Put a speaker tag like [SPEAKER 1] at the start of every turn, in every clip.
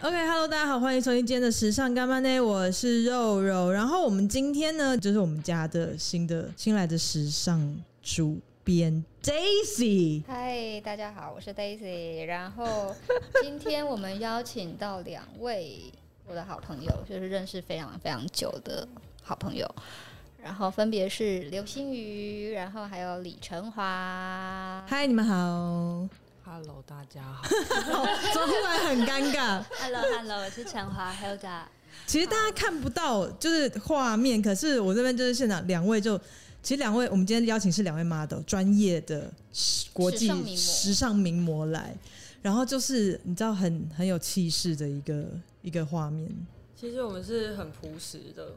[SPEAKER 1] OK，Hello，、大家好，欢迎收听今天的时尚干妈呢，我是肉肉。然后我们今天呢，就是我们家的新的新来的时尚主编 Daisy。
[SPEAKER 2] 嗨，大家好，我是 Daisy。然后今天我们邀请到两位我的好朋友，就是认识非常非常久的好朋友，然后分别是刘星宇，然后还有李承华。
[SPEAKER 1] 嗨，你们好。
[SPEAKER 3] Hello，大家好。
[SPEAKER 1] 怎么突然很尴尬？
[SPEAKER 4] Hello Hello，我是陈华 Helga。
[SPEAKER 1] 其实大家看不到就是画面，可是我这边就是现场两位就，其实两位我们今天邀请是两位 model，专业的时国际
[SPEAKER 2] 时尚名模
[SPEAKER 1] 时尚名模来，然后就是你知道很很有气势的一个一个画面，
[SPEAKER 3] 其实我们是很朴实的，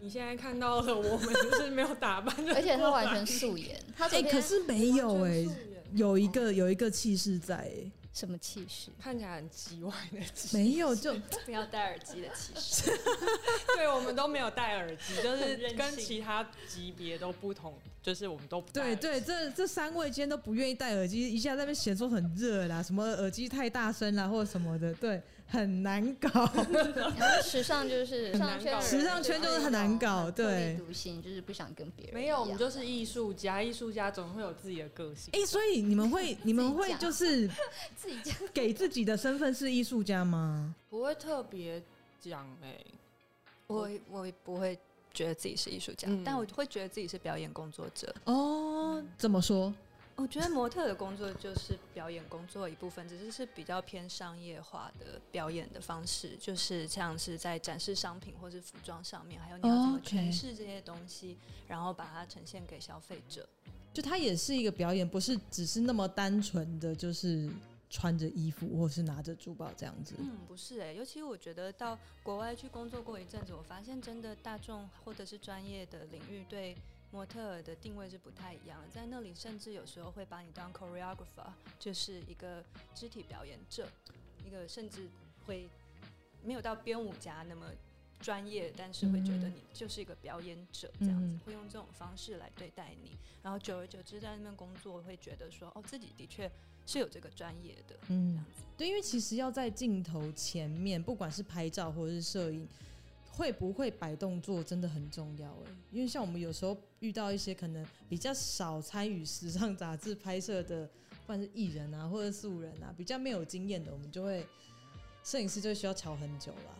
[SPEAKER 3] 你现在看到了我们就是没有打扮的，
[SPEAKER 2] 而且他完全素颜，他
[SPEAKER 1] 哎、
[SPEAKER 2] 昨天
[SPEAKER 1] 可是没有哎、
[SPEAKER 3] 完全素颜
[SPEAKER 1] 有一个有一个气势在、欸，
[SPEAKER 2] 什么气势？
[SPEAKER 3] 看起来很叽歪的叽。
[SPEAKER 1] 没有就
[SPEAKER 4] 不要戴耳机的，其实
[SPEAKER 3] 对，我们都没有戴耳 机，就是
[SPEAKER 4] 很任性
[SPEAKER 3] 跟其他级别都不同，就是我们都不
[SPEAKER 1] 对
[SPEAKER 3] 戴耳机
[SPEAKER 1] 对，这这三位今天都不愿意戴耳机，一下在那边嫌说很热啦，什么耳机太大声啦，或者什么的，对，很难 搞。
[SPEAKER 2] 然后时尚就是时尚
[SPEAKER 3] 难
[SPEAKER 2] 圈
[SPEAKER 3] 搞
[SPEAKER 2] 的人，
[SPEAKER 3] 时
[SPEAKER 1] 尚圈就是很难搞
[SPEAKER 2] 特立
[SPEAKER 1] 对
[SPEAKER 2] 独行就是不想跟别人一样。
[SPEAKER 3] 没有，我们就是艺术家，艺术家总会有自己的个性。
[SPEAKER 1] 哎、所以你们会你们会就是
[SPEAKER 2] 自己讲。
[SPEAKER 1] 给自己的身份是艺术家吗？
[SPEAKER 3] 不会特别讲哎、
[SPEAKER 4] 我我也不会觉得自己是艺术家，
[SPEAKER 3] 嗯
[SPEAKER 4] 但我会觉得自己是表演工作者。
[SPEAKER 1] 哦，怎么说？
[SPEAKER 4] 我觉得模特的工作就是表演工作的一部分，只是是比较偏商业化的表演的方式，就是像是在展示商品或是服装上面，还有你要怎么
[SPEAKER 1] OK
[SPEAKER 4] 诠释这些东西，然后把它呈现给消费者。
[SPEAKER 1] 就他也是一个表演，不是只是那么单纯的就是穿着衣服或是拿着珠宝这样子。
[SPEAKER 4] 嗯，不是哎、尤其我觉得到国外去工作过一阵子，我发现真的大众或者是专业的领域对模特儿的定位是不太一样的，在那里甚至有时候会把你当 choreographer，就是一个肢体表演者，一个甚至会没有到编舞家那么。专业，但是会觉得
[SPEAKER 1] 嗯
[SPEAKER 4] 你就是一个表演者，这样子、
[SPEAKER 1] 嗯
[SPEAKER 4] 会用这种方式来对待你。然后久而久之在那边工作，会觉得说，哦，自己的确是有这个专业的，这
[SPEAKER 1] 嗯
[SPEAKER 4] 样，子。
[SPEAKER 1] 对，因为其实要在镜头前面，不管是拍照或是摄影，会不会摆动作真的很重要哎。因为像我们有时候遇到一些可能比较少参与时尚杂志拍摄的，不管是艺人啊或者素人啊，比较没有经验的，我们就会摄影师就需要瞧很久啦。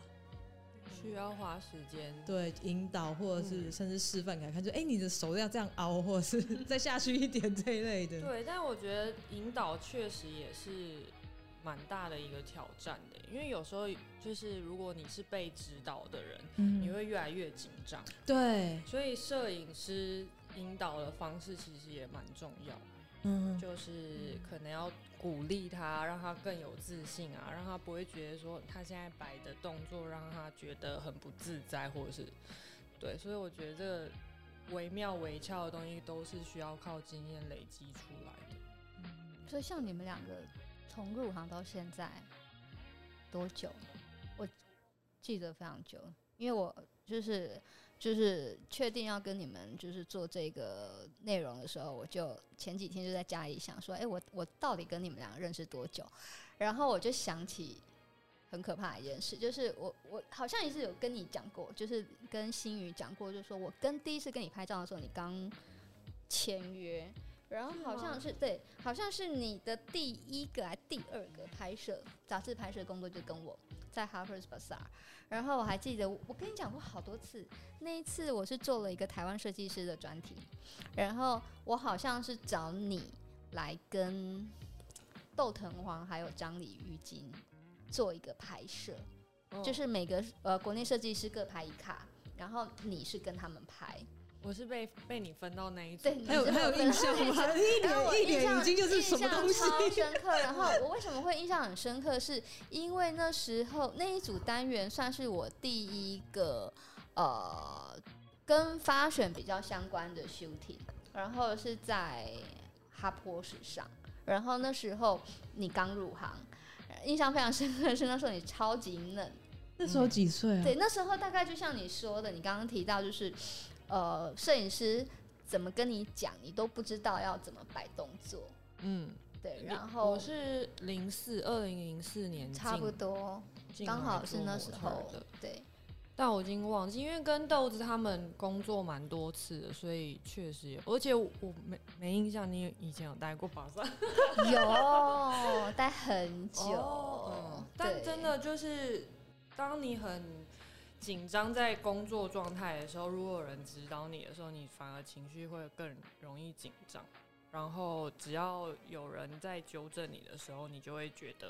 [SPEAKER 3] 需要花时间。
[SPEAKER 1] 对，引导或者
[SPEAKER 3] 嗯
[SPEAKER 1] 是甚至示范给他看，就哎、诶你的手要这样凹，或者是 再下去一点这一类的。
[SPEAKER 3] 对，但我觉得引导确实也是蛮大的一个挑战的，因为有时候就是如果你是被指导的人，
[SPEAKER 1] 嗯
[SPEAKER 3] 你会越来越紧张，
[SPEAKER 1] 对，
[SPEAKER 3] 所以摄影师引导的方式其实也蛮重要，
[SPEAKER 1] 嗯，
[SPEAKER 3] 就是可能要鼓励他，让他更有自信啊，让他不会觉得说他现在摆的动作让他觉得很不自在，或者是对，所以我觉得这个惟妙惟肖的东西都是需要靠经验累积出来的。
[SPEAKER 2] 所以像你们两个从入行到现在多久？我记得非常久，因为我就是就是确定要跟你们就是做这个内容的时候，我就前几天就在家里想说，哎、我我到底跟你们两个认识多久？然后我就想起。很可怕的一件事，就是我我好像也是有跟你讲过，就是跟新宇讲过，就是说我跟第一次跟你拍照的时候，你刚签约，然后好像是对，好像是你的第一个还第二个拍摄杂志拍摄工作就跟我在 Harper's Bazaar，然后我还记得我我跟你讲过好多次，那一次我是做了一个台湾设计师的专题，然后我好像是找你来跟窦藤煌还有张李玉金做一个拍摄，
[SPEAKER 1] 哦
[SPEAKER 2] 就是每个呃国内设计师各拍一卡，然后你是跟他们拍，
[SPEAKER 3] 我是被被你分到那一组
[SPEAKER 2] 对，， 你
[SPEAKER 1] 还有
[SPEAKER 2] 是
[SPEAKER 1] 还有
[SPEAKER 2] 跟
[SPEAKER 1] 印象
[SPEAKER 2] 他们
[SPEAKER 1] 吗？
[SPEAKER 2] 然后我
[SPEAKER 1] 一脸一脸
[SPEAKER 2] 印象
[SPEAKER 1] 已经就是
[SPEAKER 2] 印
[SPEAKER 1] 什么
[SPEAKER 2] 象
[SPEAKER 1] 东西？
[SPEAKER 2] 超深刻。然后我为什么会印象很深刻？是因为那时候那一组单元算是我第一个呃跟发选比较相关的 shooting，然后是在哈坡时尚。然后那时候你刚入行，印象非常深刻的是那时候你超级嫩，
[SPEAKER 1] 那时候几岁啊？
[SPEAKER 2] 对，那时候大概就像你说的，你刚刚提到就是，呃，摄影师怎么跟你讲，你都不知道要怎么摆动作。
[SPEAKER 3] 嗯，
[SPEAKER 2] 对，然后
[SPEAKER 3] 我是零四二零零四年进
[SPEAKER 2] 差不多，
[SPEAKER 3] 进
[SPEAKER 2] 刚
[SPEAKER 3] 来
[SPEAKER 2] 好是
[SPEAKER 3] 做
[SPEAKER 2] 那
[SPEAKER 3] 模
[SPEAKER 2] 时
[SPEAKER 3] 特
[SPEAKER 2] 候
[SPEAKER 3] 儿的，
[SPEAKER 2] 对，
[SPEAKER 3] 但我已经忘记，因为跟豆子他们工作蛮多次的，所以确实也，而且我我没没印象，你以前有待过巴萨
[SPEAKER 2] 有待很久，
[SPEAKER 3] 哦但
[SPEAKER 2] 对
[SPEAKER 3] 真的就是，当你很紧张在工作状态的时候，如果有人指导你的时候，你反而情绪会更容易紧张。然后只要有人在纠正你的时候，你就会觉得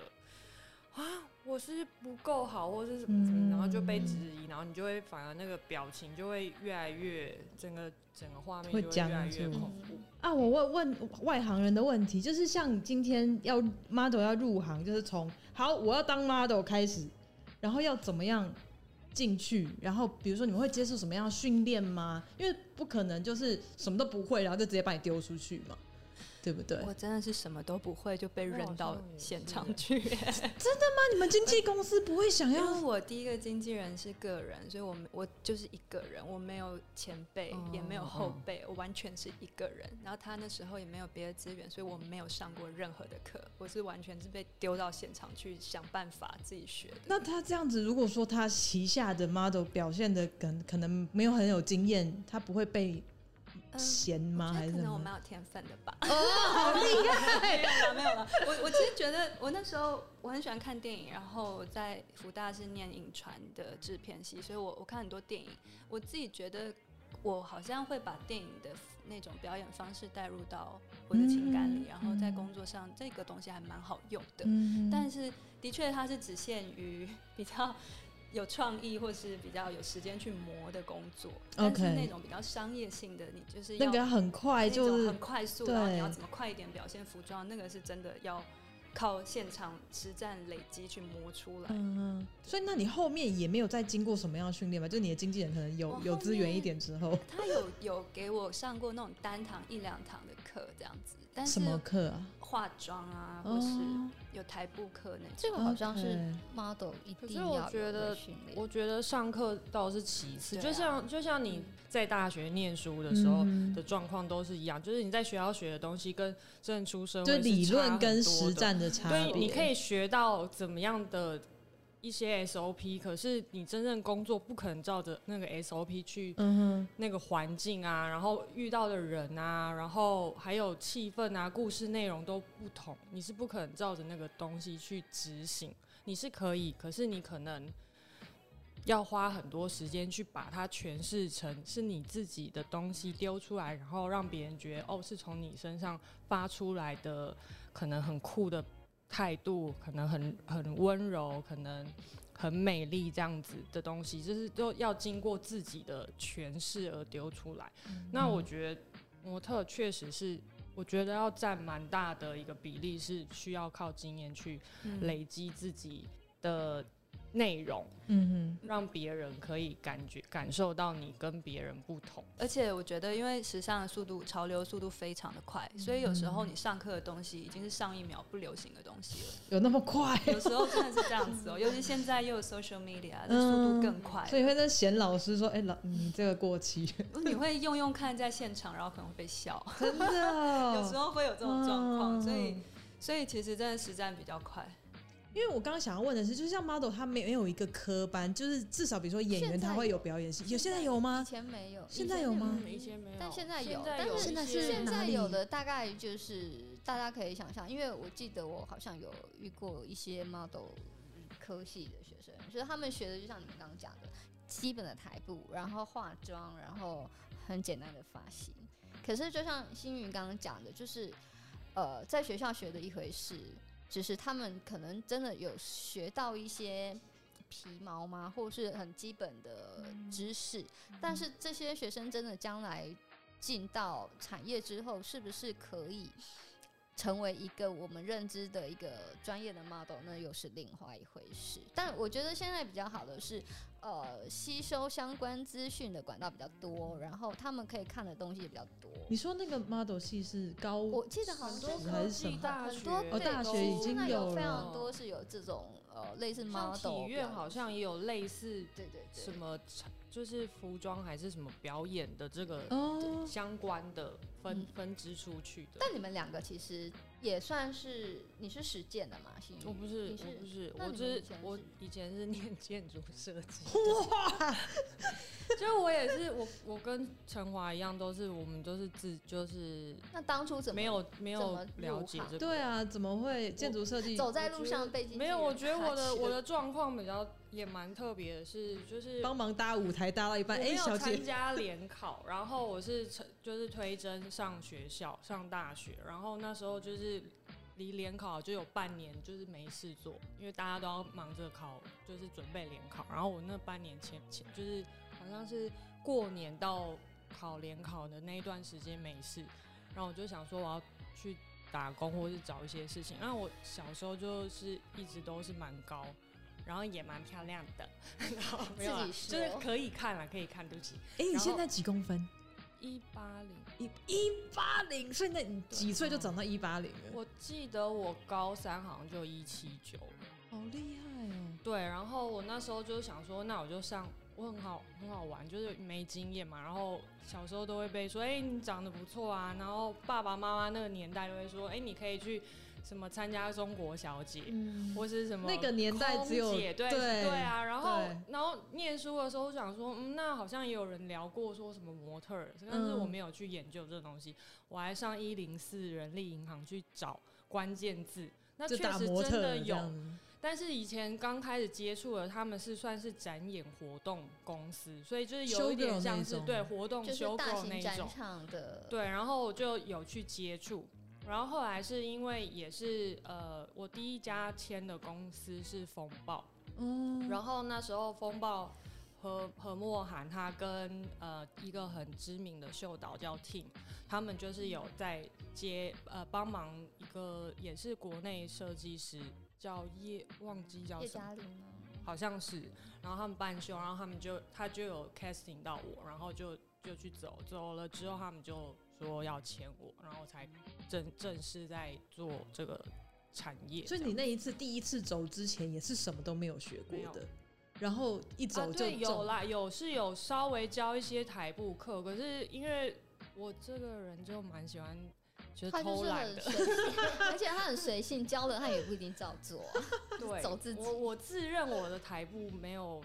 [SPEAKER 3] 啊，我是不够好，或是什么什么，然后就被质疑，然后你就会反而那个表情就会越来越整个整个画面
[SPEAKER 1] 会
[SPEAKER 3] 就会越来
[SPEAKER 1] 僵
[SPEAKER 3] 越
[SPEAKER 1] 住
[SPEAKER 3] 恐
[SPEAKER 2] 嗯
[SPEAKER 3] 怖。
[SPEAKER 1] 啊，我问问外行人的问题，就是像今天要 model 要入行，就是从好我要当 model 开始，然后要怎么样进去，然后比如说你们会接受什么样的训练吗？因为不可能就是什么都不会，然后就直接把你丢出去嘛，对不对？
[SPEAKER 4] 我真的是什么都不会就被
[SPEAKER 3] 我好
[SPEAKER 4] 扔到
[SPEAKER 3] 像也
[SPEAKER 4] 现
[SPEAKER 3] 是
[SPEAKER 4] 场
[SPEAKER 3] 欸
[SPEAKER 4] 去、
[SPEAKER 1] 那你们经纪公司不会想
[SPEAKER 4] 因为
[SPEAKER 1] 要？
[SPEAKER 4] 我第一个经纪人是个人，所以我没我就是一个人，我没有前辈，也没有后
[SPEAKER 3] 嗯
[SPEAKER 4] 辈，我完全是一个人。然后他那时候也没有别的资源，所以我没有上过任何的课，我是完全是被丢到现场去想办法自己学的。
[SPEAKER 1] 那他这样子，如果说他旗下的 model 表现的可能可能没有很有经验，他不会被嫌
[SPEAKER 4] 嗯我
[SPEAKER 1] 吗？
[SPEAKER 4] 觉
[SPEAKER 1] 还
[SPEAKER 4] 得
[SPEAKER 1] 是
[SPEAKER 4] 可
[SPEAKER 1] 什
[SPEAKER 4] 能我
[SPEAKER 1] 么？哦
[SPEAKER 4] 蛮有天分的吧。
[SPEAKER 1] 好厉害！
[SPEAKER 4] 没有啦，没有啦。我我其实觉得，我那时候我很喜欢看电影，然后我在福大是念影传的制片系，所以我我看很多电影，我自己觉得我好像会把电影的那种表演方式带入到我的情感里，
[SPEAKER 1] 嗯
[SPEAKER 4] 然后在
[SPEAKER 1] 嗯
[SPEAKER 4] 工作上这个东西还蛮好用的。
[SPEAKER 1] 嗯
[SPEAKER 4] 但是的确，它是只限于比较有创意或是比较有时间去磨的工作。但是
[SPEAKER 1] OK
[SPEAKER 4] 那种比较商业性的，你就是要
[SPEAKER 1] 那个要很快
[SPEAKER 4] 那
[SPEAKER 1] 就
[SPEAKER 4] 种
[SPEAKER 1] 是
[SPEAKER 4] 很快速，然后你
[SPEAKER 1] 对
[SPEAKER 4] 要怎么快一点表现服装，那个是真的要靠现场实战累积去磨出来。
[SPEAKER 1] 嗯，所以那你后面也没有再经过什么样的训练吧？就你的经纪人可能有
[SPEAKER 4] 我后
[SPEAKER 1] 有资源
[SPEAKER 4] 面
[SPEAKER 1] 一点之后，
[SPEAKER 4] 他有有给我上过那种单堂一两堂的课这样子，但
[SPEAKER 1] 什
[SPEAKER 4] 是
[SPEAKER 1] 么课啊？
[SPEAKER 4] 化妆啊，或
[SPEAKER 1] 哦
[SPEAKER 4] 是有台步课那种。
[SPEAKER 2] 这个好像是
[SPEAKER 1] OK
[SPEAKER 2] model 一
[SPEAKER 3] 可是
[SPEAKER 2] 定
[SPEAKER 3] 我
[SPEAKER 2] 要
[SPEAKER 3] 觉
[SPEAKER 2] 有的
[SPEAKER 3] 得
[SPEAKER 2] 训练。
[SPEAKER 3] 我觉得上课倒是其次，
[SPEAKER 4] 对啊
[SPEAKER 3] 就像就像你
[SPEAKER 4] 嗯
[SPEAKER 3] 在大学念书的时候，
[SPEAKER 1] 嗯
[SPEAKER 3] 的状况都是一样，就是你在学校学的东西跟真的出生
[SPEAKER 1] 就理论跟实，战的差
[SPEAKER 3] 对，
[SPEAKER 1] 别，
[SPEAKER 3] 你可以学到怎么样的一些 SOP，可是你真正工作不可能照着那个 SOP 去
[SPEAKER 1] 嗯
[SPEAKER 3] 那个环境啊，然后遇到的人啊，然后还有气氛啊，故事内容都不同，你是不可能照着那个东西去执行。你是可以，可是你可能要花很多时间去把它诠释成是你自己的东西丢出来，然后让别人觉得哦，是从你身上发出来的，可能很酷的态度，可能很很温柔，可能很美丽这样子的东西，就是都要经过自己的诠释而丢出来。那我觉得模特确实是，我觉得要占蛮大的一个比例，是需要靠经验去
[SPEAKER 4] 嗯
[SPEAKER 3] 累积自己的内容，
[SPEAKER 1] 哼嗯
[SPEAKER 3] 让别人可以感觉感受到你跟别人不同。
[SPEAKER 4] 而且我觉得，因为时尚的速度、潮流速度非常的快，所以有时
[SPEAKER 1] 嗯
[SPEAKER 4] 候你上课的东西已经是上一秒不流行的东西了。
[SPEAKER 1] 哼，有那么快，
[SPEAKER 4] 有时候真的是这样子哦，尤其现在又有 social media，这速度更快了，
[SPEAKER 1] 嗯所以会在嫌老师说，哎、老你这个过期，
[SPEAKER 4] 你会用用看在现场，然后可能会被笑，
[SPEAKER 1] 真的哦、
[SPEAKER 4] 有时候会有这种状况，
[SPEAKER 1] 嗯
[SPEAKER 4] 所以所以其实真的实战比较快。
[SPEAKER 1] 因为我刚刚想要问的是，就像 model 他没有一个科班，就是至少比如说演员
[SPEAKER 2] 现在
[SPEAKER 1] 他会有
[SPEAKER 2] 有
[SPEAKER 1] 表演系，有现在有
[SPEAKER 2] 以
[SPEAKER 1] 吗？
[SPEAKER 2] 前没有，以
[SPEAKER 1] 现在
[SPEAKER 2] 前
[SPEAKER 1] 有
[SPEAKER 2] 也
[SPEAKER 1] 吗
[SPEAKER 2] 没
[SPEAKER 3] 嗯以前没有
[SPEAKER 2] 但现在有，
[SPEAKER 3] 现在
[SPEAKER 2] 但
[SPEAKER 3] 有
[SPEAKER 2] 是
[SPEAKER 3] 一
[SPEAKER 1] 些
[SPEAKER 2] 现
[SPEAKER 1] 哪
[SPEAKER 2] 在
[SPEAKER 1] 里
[SPEAKER 2] 有的大概就是大家可以想象，因为我记得我好像有遇过一些 model 科系的学生，就是他们学的就像你们刚刚讲的基本的台步，然后化妆，然后很简单的发型。可是就像星云刚刚讲的，就是呃，在学校学的一回事，只是他们可能真的有学到一些皮毛吗，或是很基本的知识，但是这些学生真的将来进到产业之后，是不是可以成为一个我们认知的一个专业的 model，那又是另外一回事。但我觉得现在比较好的是，呃，吸收相关资讯的管道比较多，然后他们可以看的东西也比较多。
[SPEAKER 1] 你说那个 model 系是高，
[SPEAKER 2] 我记得好像
[SPEAKER 3] 很
[SPEAKER 2] 是
[SPEAKER 3] 多
[SPEAKER 1] 还
[SPEAKER 3] 科
[SPEAKER 1] 是什
[SPEAKER 3] 技
[SPEAKER 1] 么
[SPEAKER 3] 大
[SPEAKER 2] 很
[SPEAKER 3] 学
[SPEAKER 2] 多
[SPEAKER 1] 哦
[SPEAKER 2] 对
[SPEAKER 1] 大学已经
[SPEAKER 2] 现在
[SPEAKER 1] 有
[SPEAKER 2] 有非
[SPEAKER 1] 了
[SPEAKER 2] 常多是有这种呃类似
[SPEAKER 3] 像
[SPEAKER 2] model，
[SPEAKER 3] 体
[SPEAKER 2] 表
[SPEAKER 3] 院
[SPEAKER 2] 演
[SPEAKER 3] 好像也有类似
[SPEAKER 2] 对对对
[SPEAKER 3] 什么，就是服装还是什么表演的这个
[SPEAKER 1] 哦，
[SPEAKER 3] 相关的分
[SPEAKER 2] 嗯
[SPEAKER 3] 分支出去的。
[SPEAKER 2] 但你们两个其实也算是你是实践的嘛？新宇
[SPEAKER 3] 我不是
[SPEAKER 2] 你，是
[SPEAKER 3] 我不是，
[SPEAKER 2] 那
[SPEAKER 3] 我
[SPEAKER 2] 你
[SPEAKER 3] 只
[SPEAKER 2] 们以
[SPEAKER 3] 是
[SPEAKER 2] 前
[SPEAKER 3] 我
[SPEAKER 2] 是
[SPEAKER 3] 以前是念建筑设计。哇！ 就是我也是，我我跟陈华一样，都是我们都是自就是
[SPEAKER 2] 那当初怎么
[SPEAKER 3] 没有没有
[SPEAKER 2] 么入
[SPEAKER 3] 了解
[SPEAKER 2] 行
[SPEAKER 3] 这个。
[SPEAKER 1] 对啊，怎么会建筑设计？
[SPEAKER 2] 走在
[SPEAKER 3] 我
[SPEAKER 2] 路
[SPEAKER 3] 觉
[SPEAKER 2] 上被经纪
[SPEAKER 3] 没有，
[SPEAKER 2] 人
[SPEAKER 3] 我觉得
[SPEAKER 2] 哈
[SPEAKER 3] 我的
[SPEAKER 2] 气
[SPEAKER 3] 我的状况比较也蛮特别的是，就是
[SPEAKER 1] 帮忙搭舞台搭到一
[SPEAKER 3] 我
[SPEAKER 1] 半，哎、
[SPEAKER 3] 没有
[SPEAKER 1] 小姐
[SPEAKER 3] 参，加联 考，然后我是成就是推甄上学校上大学，然后那时候就是离联考就有半年就是没事做，因为大家都要忙着考，就是准备联考。然后我那半年前前就是好像是过年到考联考的那一段时间没事，然后我就想说我要去打工或是找一些事情。那我小时候就是一直都是蛮高。然后也蛮漂亮的， 然后没有啦
[SPEAKER 2] 自己
[SPEAKER 3] 就是
[SPEAKER 2] 说
[SPEAKER 3] 可以看了，可以看，对不起，
[SPEAKER 1] 哎、你
[SPEAKER 3] 然后
[SPEAKER 1] 现在几公分？
[SPEAKER 3] 一八零。
[SPEAKER 1] 一一八零，所以那你几岁就
[SPEAKER 3] 对
[SPEAKER 1] 长到一八零了？
[SPEAKER 3] 我记得我高三好像就一七九，
[SPEAKER 1] 好厉害哦！
[SPEAKER 3] 对，然后我那时候就想说，那我就上，我很好很好玩，就是没经验嘛。然后小时候都会被说，哎、你长得不错啊。然后爸爸妈妈那个年代都会说，哎、你可以去什么参加中国小姐，
[SPEAKER 2] 嗯
[SPEAKER 3] 或是什么
[SPEAKER 1] 那个年代只有
[SPEAKER 3] 空姐对
[SPEAKER 1] 对
[SPEAKER 3] 啊，然后
[SPEAKER 1] 对
[SPEAKER 3] 然后念书的时候想说，嗯，那好像也有人聊过说什么模特儿，但是
[SPEAKER 1] 嗯
[SPEAKER 3] 我没有去研究这东西，我还上一零四人力银行去找关键字，那
[SPEAKER 1] 就
[SPEAKER 3] 确
[SPEAKER 1] 打
[SPEAKER 3] 实
[SPEAKER 1] 模
[SPEAKER 3] 真
[SPEAKER 1] 特
[SPEAKER 3] 的
[SPEAKER 1] 儿这
[SPEAKER 3] 有，
[SPEAKER 1] 样子，
[SPEAKER 3] 但是以前刚开始接触的，他们是算是展演活动公司，所以就是有一
[SPEAKER 1] Showgirl
[SPEAKER 3] 点
[SPEAKER 1] 那
[SPEAKER 3] 像
[SPEAKER 1] 一
[SPEAKER 3] 是
[SPEAKER 1] 种
[SPEAKER 3] 对活动
[SPEAKER 2] 就是
[SPEAKER 3] 修
[SPEAKER 2] 大
[SPEAKER 3] 购那
[SPEAKER 2] 型
[SPEAKER 3] 一
[SPEAKER 2] 展
[SPEAKER 3] 种，
[SPEAKER 2] 场的，
[SPEAKER 3] 对，然后我就有去接触，然后后来是因为也是呃，我第一家签的公司是风暴，
[SPEAKER 1] 嗯，
[SPEAKER 3] 然后那时候风暴和和莫涵他跟呃一个很知名的秀导叫 Tim，他们就是有在接呃帮忙一个也是国内设计师叫叶忘记叫
[SPEAKER 2] 叶
[SPEAKER 3] 什么。
[SPEAKER 2] 嘉玲吗？
[SPEAKER 3] 好像是，然后他们办秀，然后他们就他就有 casting 到我，然后就就去走，走了之后他们就说要签我，然后才正正式在做这个产业
[SPEAKER 1] 所
[SPEAKER 3] 这样。
[SPEAKER 1] 以你那一次第一次走之前也是什么都没有学过
[SPEAKER 3] 没有
[SPEAKER 1] 的，然后一走
[SPEAKER 3] 啊、
[SPEAKER 1] 就
[SPEAKER 3] 对有
[SPEAKER 1] 中，
[SPEAKER 3] 啦，有是有稍微教一些台步课，可是因为我这个人就蛮喜欢就是
[SPEAKER 2] 他就
[SPEAKER 3] 偷
[SPEAKER 2] 是
[SPEAKER 3] 懒
[SPEAKER 2] 很
[SPEAKER 3] 的，
[SPEAKER 2] 随性，而且他很随性，教了他也不一定照做啊、
[SPEAKER 3] 对，
[SPEAKER 2] 走自己
[SPEAKER 3] 我我自认我的台步没有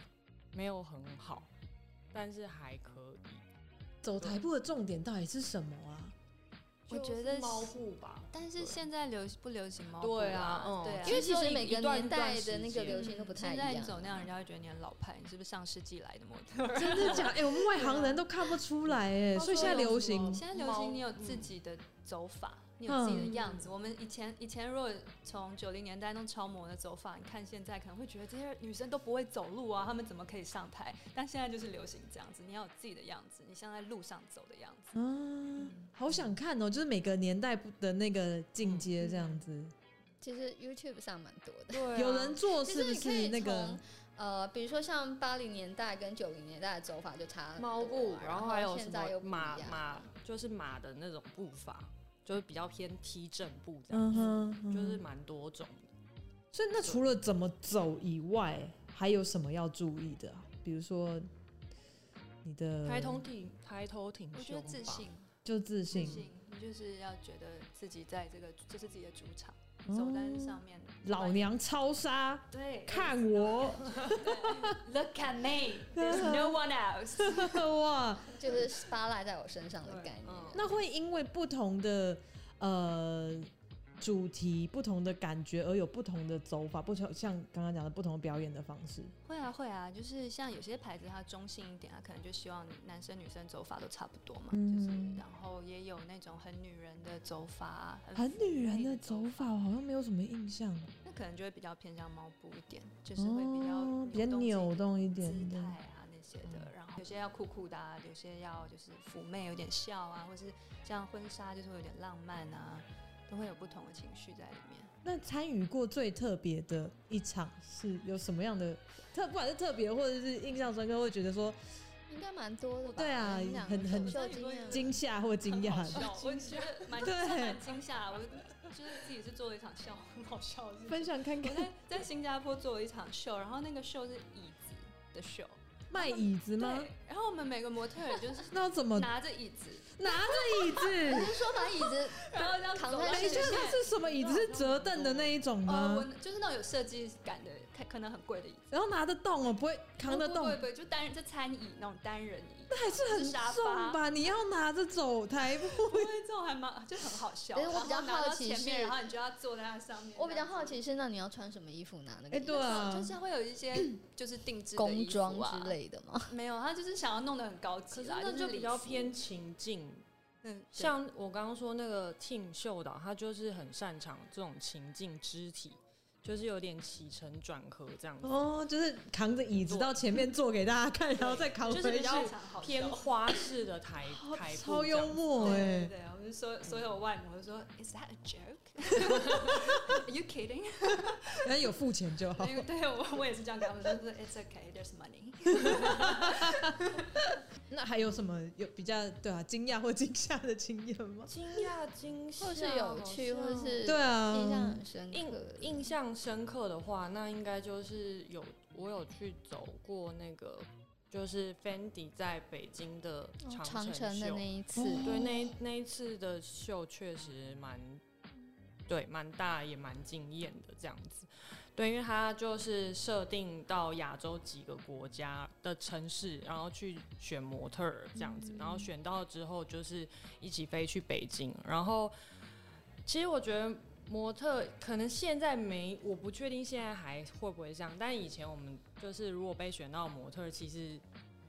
[SPEAKER 3] 没有很好，但是还可以。
[SPEAKER 1] 走台步的重点到底是什么 啊？
[SPEAKER 4] 我
[SPEAKER 3] 就
[SPEAKER 4] 觉
[SPEAKER 3] 是
[SPEAKER 4] 得
[SPEAKER 3] 猫
[SPEAKER 4] 是
[SPEAKER 3] 步吧，
[SPEAKER 4] 但是
[SPEAKER 3] 对
[SPEAKER 4] 现在流行不流行猫步
[SPEAKER 3] 对啊，
[SPEAKER 4] 啦
[SPEAKER 3] 嗯，
[SPEAKER 4] 对啊
[SPEAKER 2] 因为其
[SPEAKER 3] 说
[SPEAKER 2] 实
[SPEAKER 3] 一
[SPEAKER 2] 每
[SPEAKER 3] 一
[SPEAKER 2] 个
[SPEAKER 3] 段
[SPEAKER 2] 年
[SPEAKER 3] 一段
[SPEAKER 2] 代
[SPEAKER 3] 时
[SPEAKER 2] 的那个
[SPEAKER 3] 间
[SPEAKER 2] 流行都不太
[SPEAKER 4] 现
[SPEAKER 2] 一
[SPEAKER 4] 在你
[SPEAKER 2] 样。
[SPEAKER 4] 走那样，人家会觉得你很老派，你是不是上世纪来的模特？
[SPEAKER 1] 真的假？哎、我们外行人都看不出来哎、
[SPEAKER 3] 他
[SPEAKER 1] 所以
[SPEAKER 3] 说
[SPEAKER 1] 现在
[SPEAKER 3] 有
[SPEAKER 1] 流
[SPEAKER 3] 什么
[SPEAKER 1] 行
[SPEAKER 4] 现在流
[SPEAKER 3] 猫
[SPEAKER 4] 行你有自
[SPEAKER 3] 嗯
[SPEAKER 4] 己的走法，你有自己的
[SPEAKER 1] 嗯
[SPEAKER 4] 样子。我们以前以前如果从九零年代那种超模的走法，你看现在可能会觉得这些女生都不会走路
[SPEAKER 2] 嗯
[SPEAKER 4] 啊，她们怎么可以上台？但现在就是流行这样子，你要有自己的样子，你像在路上走的样子。
[SPEAKER 1] 啊，好想看哦！就是每个年代不的那个进阶这样子，
[SPEAKER 2] 其实 YouTube 上蛮多的，
[SPEAKER 3] 对啊
[SPEAKER 1] 有人做
[SPEAKER 2] 其
[SPEAKER 1] 是
[SPEAKER 2] 实
[SPEAKER 1] 不
[SPEAKER 2] 你可以
[SPEAKER 1] 是那个
[SPEAKER 2] 从？呃，比如说像八零年代跟九零年代的走法就差很
[SPEAKER 3] 猫
[SPEAKER 2] 多
[SPEAKER 3] 步
[SPEAKER 2] 啊，
[SPEAKER 3] 然
[SPEAKER 2] 后
[SPEAKER 3] 后还有什
[SPEAKER 2] 现在又
[SPEAKER 3] 么
[SPEAKER 2] 不一
[SPEAKER 3] 马
[SPEAKER 2] 样
[SPEAKER 3] 马，就是马的那种步伐，就是比较偏踢正步这
[SPEAKER 1] 嗯
[SPEAKER 3] 样子，
[SPEAKER 1] 哼，嗯
[SPEAKER 3] 就是
[SPEAKER 1] 哼
[SPEAKER 3] 蛮多种的。
[SPEAKER 1] 所以那除了怎么走以外，还有什么要注意的啊、比如说你的
[SPEAKER 3] 抬头挺抬头挺胸吧，
[SPEAKER 4] 我觉得自信，
[SPEAKER 1] 就自
[SPEAKER 4] 自
[SPEAKER 1] 信，
[SPEAKER 4] 信，你就是要觉得自己在这个这是自己的主场，
[SPEAKER 1] 哦
[SPEAKER 4] 走在上面，
[SPEAKER 1] 老娘超杀，
[SPEAKER 4] 对，
[SPEAKER 1] 看我
[SPEAKER 4] ，Look at me，there's no one else。
[SPEAKER 1] 哇！
[SPEAKER 2] 就是 SPA 赖在我身上的
[SPEAKER 3] 对
[SPEAKER 2] 概念。
[SPEAKER 3] 嗯
[SPEAKER 1] 那会因为不同的呃主题、不同的感觉而有不同的走法，不同像刚刚讲的不同表演的方式。
[SPEAKER 4] 会啊会啊，就是像有些牌子它中性一点，它可能就希望男生女生走法都差不多嘛，就是
[SPEAKER 1] 嗯
[SPEAKER 4] 然后也有那种很女人的走法啊，
[SPEAKER 1] 很女人
[SPEAKER 4] 的
[SPEAKER 1] 的走，法，我好像没有什么印象，
[SPEAKER 4] 那可能就会比较偏向猫步一点，就是会比较
[SPEAKER 1] 哦比较
[SPEAKER 4] 动自己
[SPEAKER 1] 扭
[SPEAKER 4] 的
[SPEAKER 1] 动一点嗯
[SPEAKER 4] 姿态
[SPEAKER 1] 的。
[SPEAKER 4] 啊那些的，然后有些要酷酷的、啊，有些要就是妩媚有点笑啊，或是像婚纱就是会有点浪漫啊，都会有不同的情绪在里面。
[SPEAKER 1] 那参与过最特别的一场是有什么样的特，不管是特别或者是印象深刻，会觉得说
[SPEAKER 2] 应该蛮多的吧？
[SPEAKER 1] 对啊
[SPEAKER 2] 你们两个
[SPEAKER 1] 很
[SPEAKER 2] 走
[SPEAKER 1] 很
[SPEAKER 2] 秀经验
[SPEAKER 1] 惊吓或惊
[SPEAKER 4] 很
[SPEAKER 1] 讶
[SPEAKER 4] 好
[SPEAKER 1] 的。
[SPEAKER 4] 笑，我觉得蛮
[SPEAKER 1] 对
[SPEAKER 4] 蛮惊吓，我就是自己是做了一场笑，很好笑的事情。
[SPEAKER 1] 分享看
[SPEAKER 4] 我
[SPEAKER 1] 看
[SPEAKER 4] 在在新加坡做了一场秀，然后那个秀是椅子的秀，
[SPEAKER 1] 卖椅子吗？
[SPEAKER 4] 对。然后我们每个模特儿就是
[SPEAKER 1] 那要怎么
[SPEAKER 4] 拿着椅子，
[SPEAKER 1] 拿着椅 子，
[SPEAKER 2] 只是 说把椅子
[SPEAKER 5] 然后这样
[SPEAKER 2] 扛
[SPEAKER 5] 走
[SPEAKER 2] 在
[SPEAKER 5] 到
[SPEAKER 1] 等一下
[SPEAKER 2] 身
[SPEAKER 5] 线
[SPEAKER 1] 它是什么椅子？是折凳的那一种
[SPEAKER 4] 呃
[SPEAKER 5] 哦，我
[SPEAKER 1] 吗？
[SPEAKER 5] 就是那种有设计感的，看可能很贵的椅子，
[SPEAKER 1] 然后拿得动哦，不会扛得
[SPEAKER 5] 不
[SPEAKER 1] 动
[SPEAKER 5] 不，不，就单人就餐椅那种单人椅，
[SPEAKER 1] 那还是
[SPEAKER 5] 是沙
[SPEAKER 1] 很重吧？
[SPEAKER 5] 发
[SPEAKER 1] 你要拿着走台步，
[SPEAKER 5] 对，这种还蛮就很好笑。
[SPEAKER 2] 可是我
[SPEAKER 5] 然
[SPEAKER 2] 比较
[SPEAKER 5] 后拿到
[SPEAKER 2] 好奇
[SPEAKER 5] 前面，
[SPEAKER 2] 是
[SPEAKER 5] 然后你就要坐在它上面。
[SPEAKER 2] 我比
[SPEAKER 5] 这
[SPEAKER 2] 较
[SPEAKER 5] 样子
[SPEAKER 2] 好，奇是，那你要穿什么衣服拿那个
[SPEAKER 1] 哎，
[SPEAKER 2] 椅子？
[SPEAKER 1] 对啊
[SPEAKER 5] 就，是会有一些就是定制的
[SPEAKER 2] 工
[SPEAKER 5] 衣服
[SPEAKER 2] 装
[SPEAKER 5] 啊
[SPEAKER 2] 之，类的吗？
[SPEAKER 5] 没有，他就是想要弄得很高级
[SPEAKER 3] 可是
[SPEAKER 5] 啦，
[SPEAKER 3] 那
[SPEAKER 5] 就
[SPEAKER 3] 就是比较
[SPEAKER 5] 礼服
[SPEAKER 3] 偏情境，
[SPEAKER 5] 嗯，对
[SPEAKER 3] 像我刚刚说那个 Tim 秀导，他就是很擅长这种情境肢体，就是有点起承转合这样子，
[SPEAKER 1] 哦，就是扛着椅子到前面坐给大家看，然后再扛
[SPEAKER 3] 就是
[SPEAKER 1] 回
[SPEAKER 3] 比
[SPEAKER 1] 去
[SPEAKER 3] 较，
[SPEAKER 5] 非常好笑
[SPEAKER 3] 偏花式的台台步
[SPEAKER 1] 超
[SPEAKER 3] 这样
[SPEAKER 1] 幽
[SPEAKER 3] 子。
[SPEAKER 1] 默
[SPEAKER 5] 对对
[SPEAKER 1] 哎。
[SPEAKER 5] 对，我们所所有外母都说，Is that a joke? Are you kidding?
[SPEAKER 1] 然后有付钱就好。
[SPEAKER 5] 对，对我我也是这样跟他们说，就是 It's okay, there's money。
[SPEAKER 1] 那还有什么有比较对啊惊讶或惊吓的经验吗？
[SPEAKER 3] 惊讶、惊吓，
[SPEAKER 2] 或是有趣，
[SPEAKER 3] 好
[SPEAKER 2] 或
[SPEAKER 3] 像
[SPEAKER 2] 是
[SPEAKER 1] 对啊，
[SPEAKER 2] 印象很深
[SPEAKER 3] 印
[SPEAKER 2] 刻。
[SPEAKER 3] 印象深刻的话，那应该就是有我有去走过那个，就是 Fendi 在北京的
[SPEAKER 2] 哦
[SPEAKER 3] 长
[SPEAKER 2] 长
[SPEAKER 3] 城
[SPEAKER 2] 城的
[SPEAKER 3] 秀。
[SPEAKER 2] 那一次，
[SPEAKER 3] 对，那一那一次的秀确实蛮，对，蛮大也蛮惊艳的这样子。对，因为它就是设定到亚洲几个国家的城市，然后去选模特儿这样子，然后选到之后就是一起飞去北京。然后，其实我觉得模特可能现在没，我不确定现在还会不会这样，但以前我们就是如果被选到模特儿，其实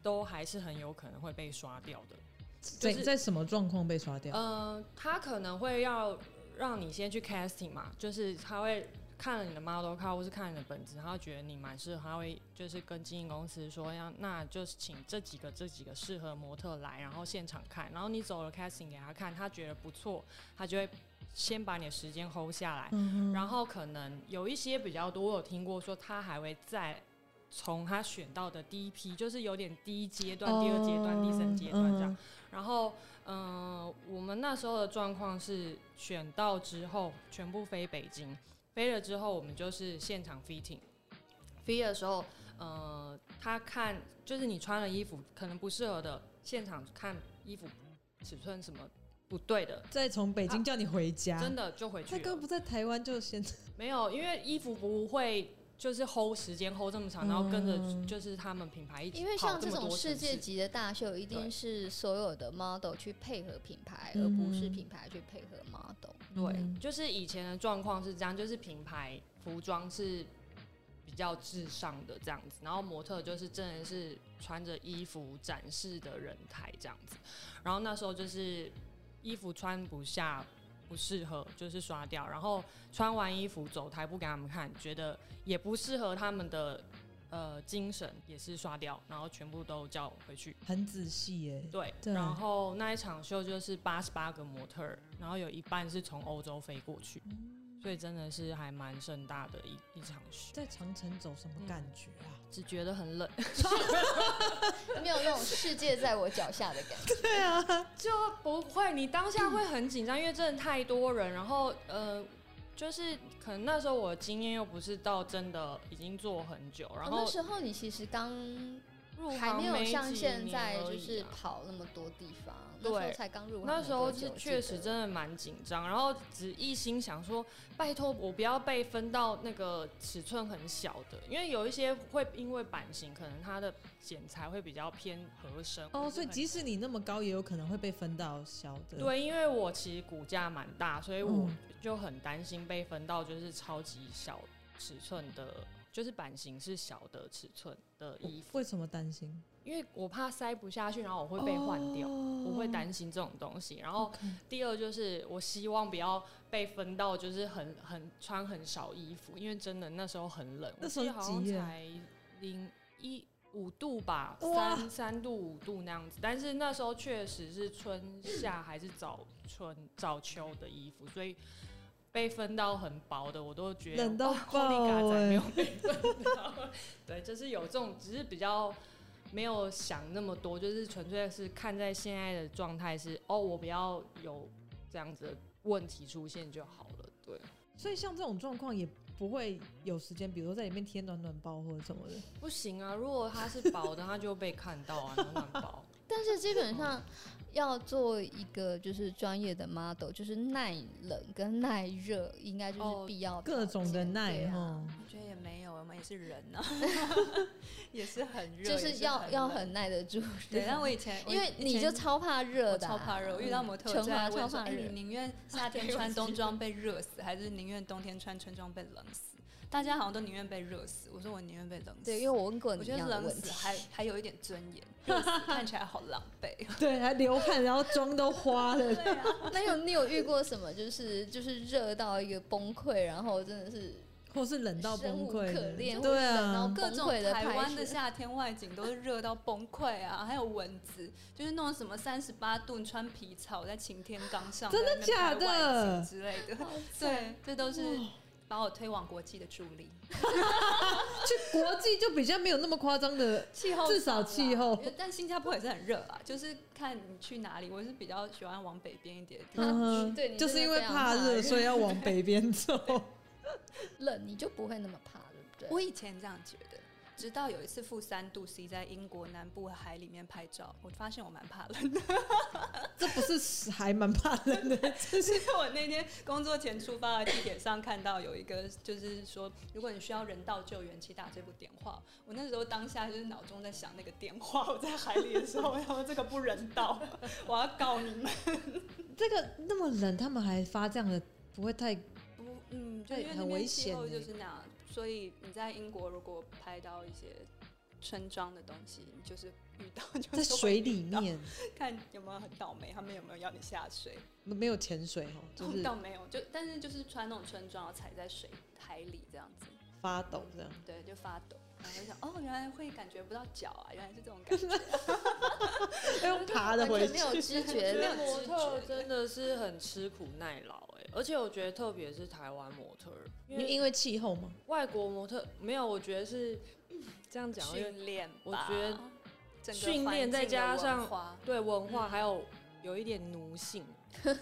[SPEAKER 3] 都还是很有可能会被刷掉的。
[SPEAKER 1] 在
[SPEAKER 3] 就是
[SPEAKER 1] 在什么状况被刷掉？
[SPEAKER 3] 呃，他可能会要让你先去 casting 嘛，就是他会看了你的 model card 或是看你的本子，他会觉得你蛮适合，他会就是跟经纪公司说，要那就是请这几个这几个适合模特来，然后现场看，然后你走了 casting 给他看，他觉得不错，他就会先把你的时间 hold 下来，
[SPEAKER 1] 嗯
[SPEAKER 3] 然后可能有一些比较多，我有听过说他还会再从他选到的第一批，就是有点第一阶段、第二阶段、第三阶段这样。。然后，嗯、我们那时候的状况是选到之后全部飞北京，飞了之后我们就是现场 fitting。飞的时候，呃，他看就是你穿了衣服可能不适合的，现场看衣服尺寸什么不对的，
[SPEAKER 1] 再从北京
[SPEAKER 3] 啊
[SPEAKER 1] 叫你回家，
[SPEAKER 3] 真的就回去
[SPEAKER 1] 他
[SPEAKER 3] 了。
[SPEAKER 1] 哥不在台湾就先
[SPEAKER 3] 没有，因为衣服不会就是 hold 时间 hold 这么长，然后跟着就是他们品牌一起
[SPEAKER 2] 因为
[SPEAKER 3] 跑
[SPEAKER 2] 像
[SPEAKER 3] 这
[SPEAKER 2] 这
[SPEAKER 3] 么
[SPEAKER 2] 种
[SPEAKER 3] 多
[SPEAKER 2] 世
[SPEAKER 3] 城
[SPEAKER 2] 界
[SPEAKER 3] 市
[SPEAKER 2] 级的大秀，一定
[SPEAKER 3] 对
[SPEAKER 2] 是所有的 model 去配合品牌，
[SPEAKER 1] 嗯
[SPEAKER 2] 而不是品牌去配合 model。
[SPEAKER 1] 嗯
[SPEAKER 3] 对，就是以前的状况是这样，就是品牌服装是比较至上的这样子，然后模特就是真的是穿着衣服展示的人台这样子，然后那时候就是衣服穿不下。不适合，就是刷掉，然后穿完衣服走台步给他们看，觉得也不适合他们的呃精神，也是刷掉，然后全部都叫回去。
[SPEAKER 1] 很仔细耶。
[SPEAKER 3] 对，
[SPEAKER 1] 对
[SPEAKER 3] 然后那一场秀就是八十八个模特儿，然后有一半是从欧洲飞过去，
[SPEAKER 2] 嗯
[SPEAKER 3] 所以真的是还蛮盛大的一一场秀，
[SPEAKER 1] 在长城走什么感觉啊？
[SPEAKER 3] 只觉得很冷，
[SPEAKER 2] 没有那种世界在我脚下的感觉。
[SPEAKER 1] 对啊，
[SPEAKER 3] 就不会，你当下会很紧张，因为真的太多人，然后呃。就是可能那时候我的经验又不是到真的已经做很久，然
[SPEAKER 2] 哦
[SPEAKER 3] 后
[SPEAKER 2] 那时候你其实刚
[SPEAKER 3] 入
[SPEAKER 2] 还
[SPEAKER 3] 行
[SPEAKER 2] 没有
[SPEAKER 3] 没
[SPEAKER 2] 像
[SPEAKER 3] 几
[SPEAKER 2] 现
[SPEAKER 3] 年
[SPEAKER 2] 在
[SPEAKER 3] 而
[SPEAKER 2] 就
[SPEAKER 3] 已
[SPEAKER 2] 是
[SPEAKER 3] 啊
[SPEAKER 2] 跑那么多地方，那时候
[SPEAKER 3] 对
[SPEAKER 2] 才刚入行没多久。
[SPEAKER 3] 那时候是
[SPEAKER 2] 我记
[SPEAKER 3] 确实
[SPEAKER 2] 得
[SPEAKER 3] 真的蛮紧张，然后只一心想说，拜托我不要被分到那个尺寸很小的，因为有一些会因为版型，可能它的剪裁会比较偏合身。
[SPEAKER 1] 哦，所以
[SPEAKER 3] 很
[SPEAKER 1] 即使你那么高，也有可能会被分到小的。，
[SPEAKER 3] 对，因为我其实骨架蛮大，所以我
[SPEAKER 1] 嗯
[SPEAKER 3] 就很担心被分到就是超级小尺寸的，就是版型是小的尺寸的衣服，
[SPEAKER 1] 为什么担心？
[SPEAKER 3] 因为我怕塞不下去，然后我会被换掉。我会担心这种东西，然后
[SPEAKER 1] 哦 OK
[SPEAKER 3] 第二就是我希望不要被分到就是很很穿很少衣服，因为真的那时候很冷，
[SPEAKER 1] 那时候
[SPEAKER 3] 我记得好像
[SPEAKER 1] 几月
[SPEAKER 3] 才零一五度吧，
[SPEAKER 1] 哇
[SPEAKER 3] 三三度五度那样子。但是那时候确实是春夏还是早春早秋的衣服，所以被分到很薄的，我都觉得
[SPEAKER 1] 冷到
[SPEAKER 3] 哇，Holy God，
[SPEAKER 1] 爆欸
[SPEAKER 3] 才没有被分到。 对，就是有这种，只是比较没有想那么多，就是纯粹是看在现在的状态是，哦，我不要有这样子的问题出现就好了。对，
[SPEAKER 1] 所以像这种状况也不会有时间，比如说在里面贴暖暖包或者什么的。
[SPEAKER 3] 不行啊，如果它是薄的，它就会被看到啊，暖暖包。
[SPEAKER 2] 但是基本上，要做一个就是专业的 model，就是耐冷跟耐热，应该就是
[SPEAKER 4] 哦
[SPEAKER 2] 必要、
[SPEAKER 1] 各种的
[SPEAKER 2] 对
[SPEAKER 1] 耐哦
[SPEAKER 2] 啊
[SPEAKER 1] 哈，
[SPEAKER 4] 我觉得也没有，我们也是人 啊，也是很热，
[SPEAKER 2] 就
[SPEAKER 4] 也
[SPEAKER 2] 是
[SPEAKER 4] 是
[SPEAKER 2] 要要
[SPEAKER 4] 冷
[SPEAKER 2] 很耐得住热。
[SPEAKER 4] 对。但我 以前
[SPEAKER 2] 因为你就。超怕
[SPEAKER 4] 我以
[SPEAKER 2] 热
[SPEAKER 4] 我
[SPEAKER 2] 的啊、
[SPEAKER 4] 超怕热，我遇到模特
[SPEAKER 2] 惩
[SPEAKER 4] 这样
[SPEAKER 2] 罚
[SPEAKER 4] 问
[SPEAKER 2] 超
[SPEAKER 4] 说：“
[SPEAKER 2] 怕
[SPEAKER 4] 哎，
[SPEAKER 2] 热
[SPEAKER 4] 你。宁愿夏天
[SPEAKER 3] 给我
[SPEAKER 4] 穿
[SPEAKER 3] 机
[SPEAKER 4] 冬装被热死，还是宁愿冬天穿春装被冷死？”大家好像都宁愿被热死，我说我宁愿被冷死。
[SPEAKER 2] 对，因为我问过
[SPEAKER 4] 我
[SPEAKER 2] 你一
[SPEAKER 4] 觉得
[SPEAKER 2] 样的
[SPEAKER 4] 冷
[SPEAKER 2] 问
[SPEAKER 4] 死
[SPEAKER 2] 题，
[SPEAKER 4] 还还有一点尊严，热死看起来好狼 狈。
[SPEAKER 1] 对，还流汗，然后妆都花了，
[SPEAKER 4] 对啊，
[SPEAKER 2] 那有你有遇过什么？就是就是热到一个崩溃，然后真的是
[SPEAKER 1] 或是冷到
[SPEAKER 2] 生
[SPEAKER 1] 崩
[SPEAKER 2] 无
[SPEAKER 1] 溃
[SPEAKER 2] 可
[SPEAKER 1] 的，
[SPEAKER 2] 恋
[SPEAKER 1] 对
[SPEAKER 2] 或是冷到
[SPEAKER 1] 啊，
[SPEAKER 4] 各种
[SPEAKER 2] 崩溃的
[SPEAKER 4] 台
[SPEAKER 2] 拍
[SPEAKER 4] 湾的
[SPEAKER 2] 摄
[SPEAKER 4] 夏天外景都是热到崩溃啊，还有蚊子，就是那种什么三十八度你穿皮草在晴天岗上，
[SPEAKER 1] 真的
[SPEAKER 4] 在那边拍
[SPEAKER 1] 假的
[SPEAKER 4] 外景之类的，
[SPEAKER 2] 好惨
[SPEAKER 4] 对，这都是把我推往国际的助力。
[SPEAKER 1] 去国际就比较没有那么夸张的，
[SPEAKER 4] 气候
[SPEAKER 1] 至少气候
[SPEAKER 4] 因为但新加坡也是很热啊，就是看你去哪里，我是比较喜欢往北边一点的地方。
[SPEAKER 1] 嗯哼，
[SPEAKER 2] 对你
[SPEAKER 1] 就
[SPEAKER 2] 真
[SPEAKER 1] 是
[SPEAKER 2] 的
[SPEAKER 1] 因为
[SPEAKER 2] 非常
[SPEAKER 1] 怕
[SPEAKER 2] 怕
[SPEAKER 1] 热，
[SPEAKER 2] 热
[SPEAKER 1] 所以要往北边走。
[SPEAKER 2] 冷，你就不会那么怕，对不对？
[SPEAKER 4] 我以前这样觉得，直到有一次负三度 C 在英国南部海里面拍照，我发现我蛮怕冷的。
[SPEAKER 1] 这不是还蛮怕冷的，
[SPEAKER 4] 就是我那天工作前出发的地铁上看到有一个，就是说如果你需要人道救援，请打这部电话。我那时候当下就是脑中在想那个电话，我在海里的时候，然后这个不人道，我要告你们。
[SPEAKER 1] 这个那么冷，他们还发这样的，不会太
[SPEAKER 4] 不，嗯，就
[SPEAKER 1] 对
[SPEAKER 4] 因为
[SPEAKER 1] 很
[SPEAKER 4] 那
[SPEAKER 1] 危
[SPEAKER 4] 边
[SPEAKER 1] 险
[SPEAKER 4] 气候
[SPEAKER 1] 欸
[SPEAKER 4] 就是那样，所以你在英国如果拍到一些春装的东西，你就是遇到就
[SPEAKER 1] 在
[SPEAKER 4] 是会
[SPEAKER 1] 水里
[SPEAKER 4] 遇到，
[SPEAKER 1] 面，
[SPEAKER 4] 看有没有很倒霉，他们有没有要你下水。
[SPEAKER 1] 没有潜水哦，就是
[SPEAKER 4] 倒没有，就但是就是穿那种春装，然后踩在水海里这样子。
[SPEAKER 1] 发抖这样。
[SPEAKER 4] 对，就发抖。然后就想，哦，原来会感觉不到脚啊，原来是这种 感觉。
[SPEAKER 1] 要爬的回
[SPEAKER 2] 完全
[SPEAKER 1] 去
[SPEAKER 2] 没。有知觉
[SPEAKER 4] 没
[SPEAKER 3] 觉
[SPEAKER 4] 有
[SPEAKER 3] 得
[SPEAKER 2] 的，
[SPEAKER 3] 模
[SPEAKER 4] 知
[SPEAKER 3] 特
[SPEAKER 4] 觉
[SPEAKER 3] 真的是很吃苦耐劳哎、而且我觉得特别是台湾模特儿，因为
[SPEAKER 1] 因为气候嘛，
[SPEAKER 3] 外国模特没有，我觉得是嗯这样讲，因为
[SPEAKER 4] 训练吧，
[SPEAKER 3] 我觉得
[SPEAKER 4] 整个
[SPEAKER 3] 训
[SPEAKER 4] 环
[SPEAKER 3] 练再
[SPEAKER 4] 境的
[SPEAKER 3] 加
[SPEAKER 4] 文
[SPEAKER 3] 上
[SPEAKER 4] 化
[SPEAKER 3] 对文化
[SPEAKER 4] 嗯
[SPEAKER 3] 还有有一点奴性，
[SPEAKER 4] 对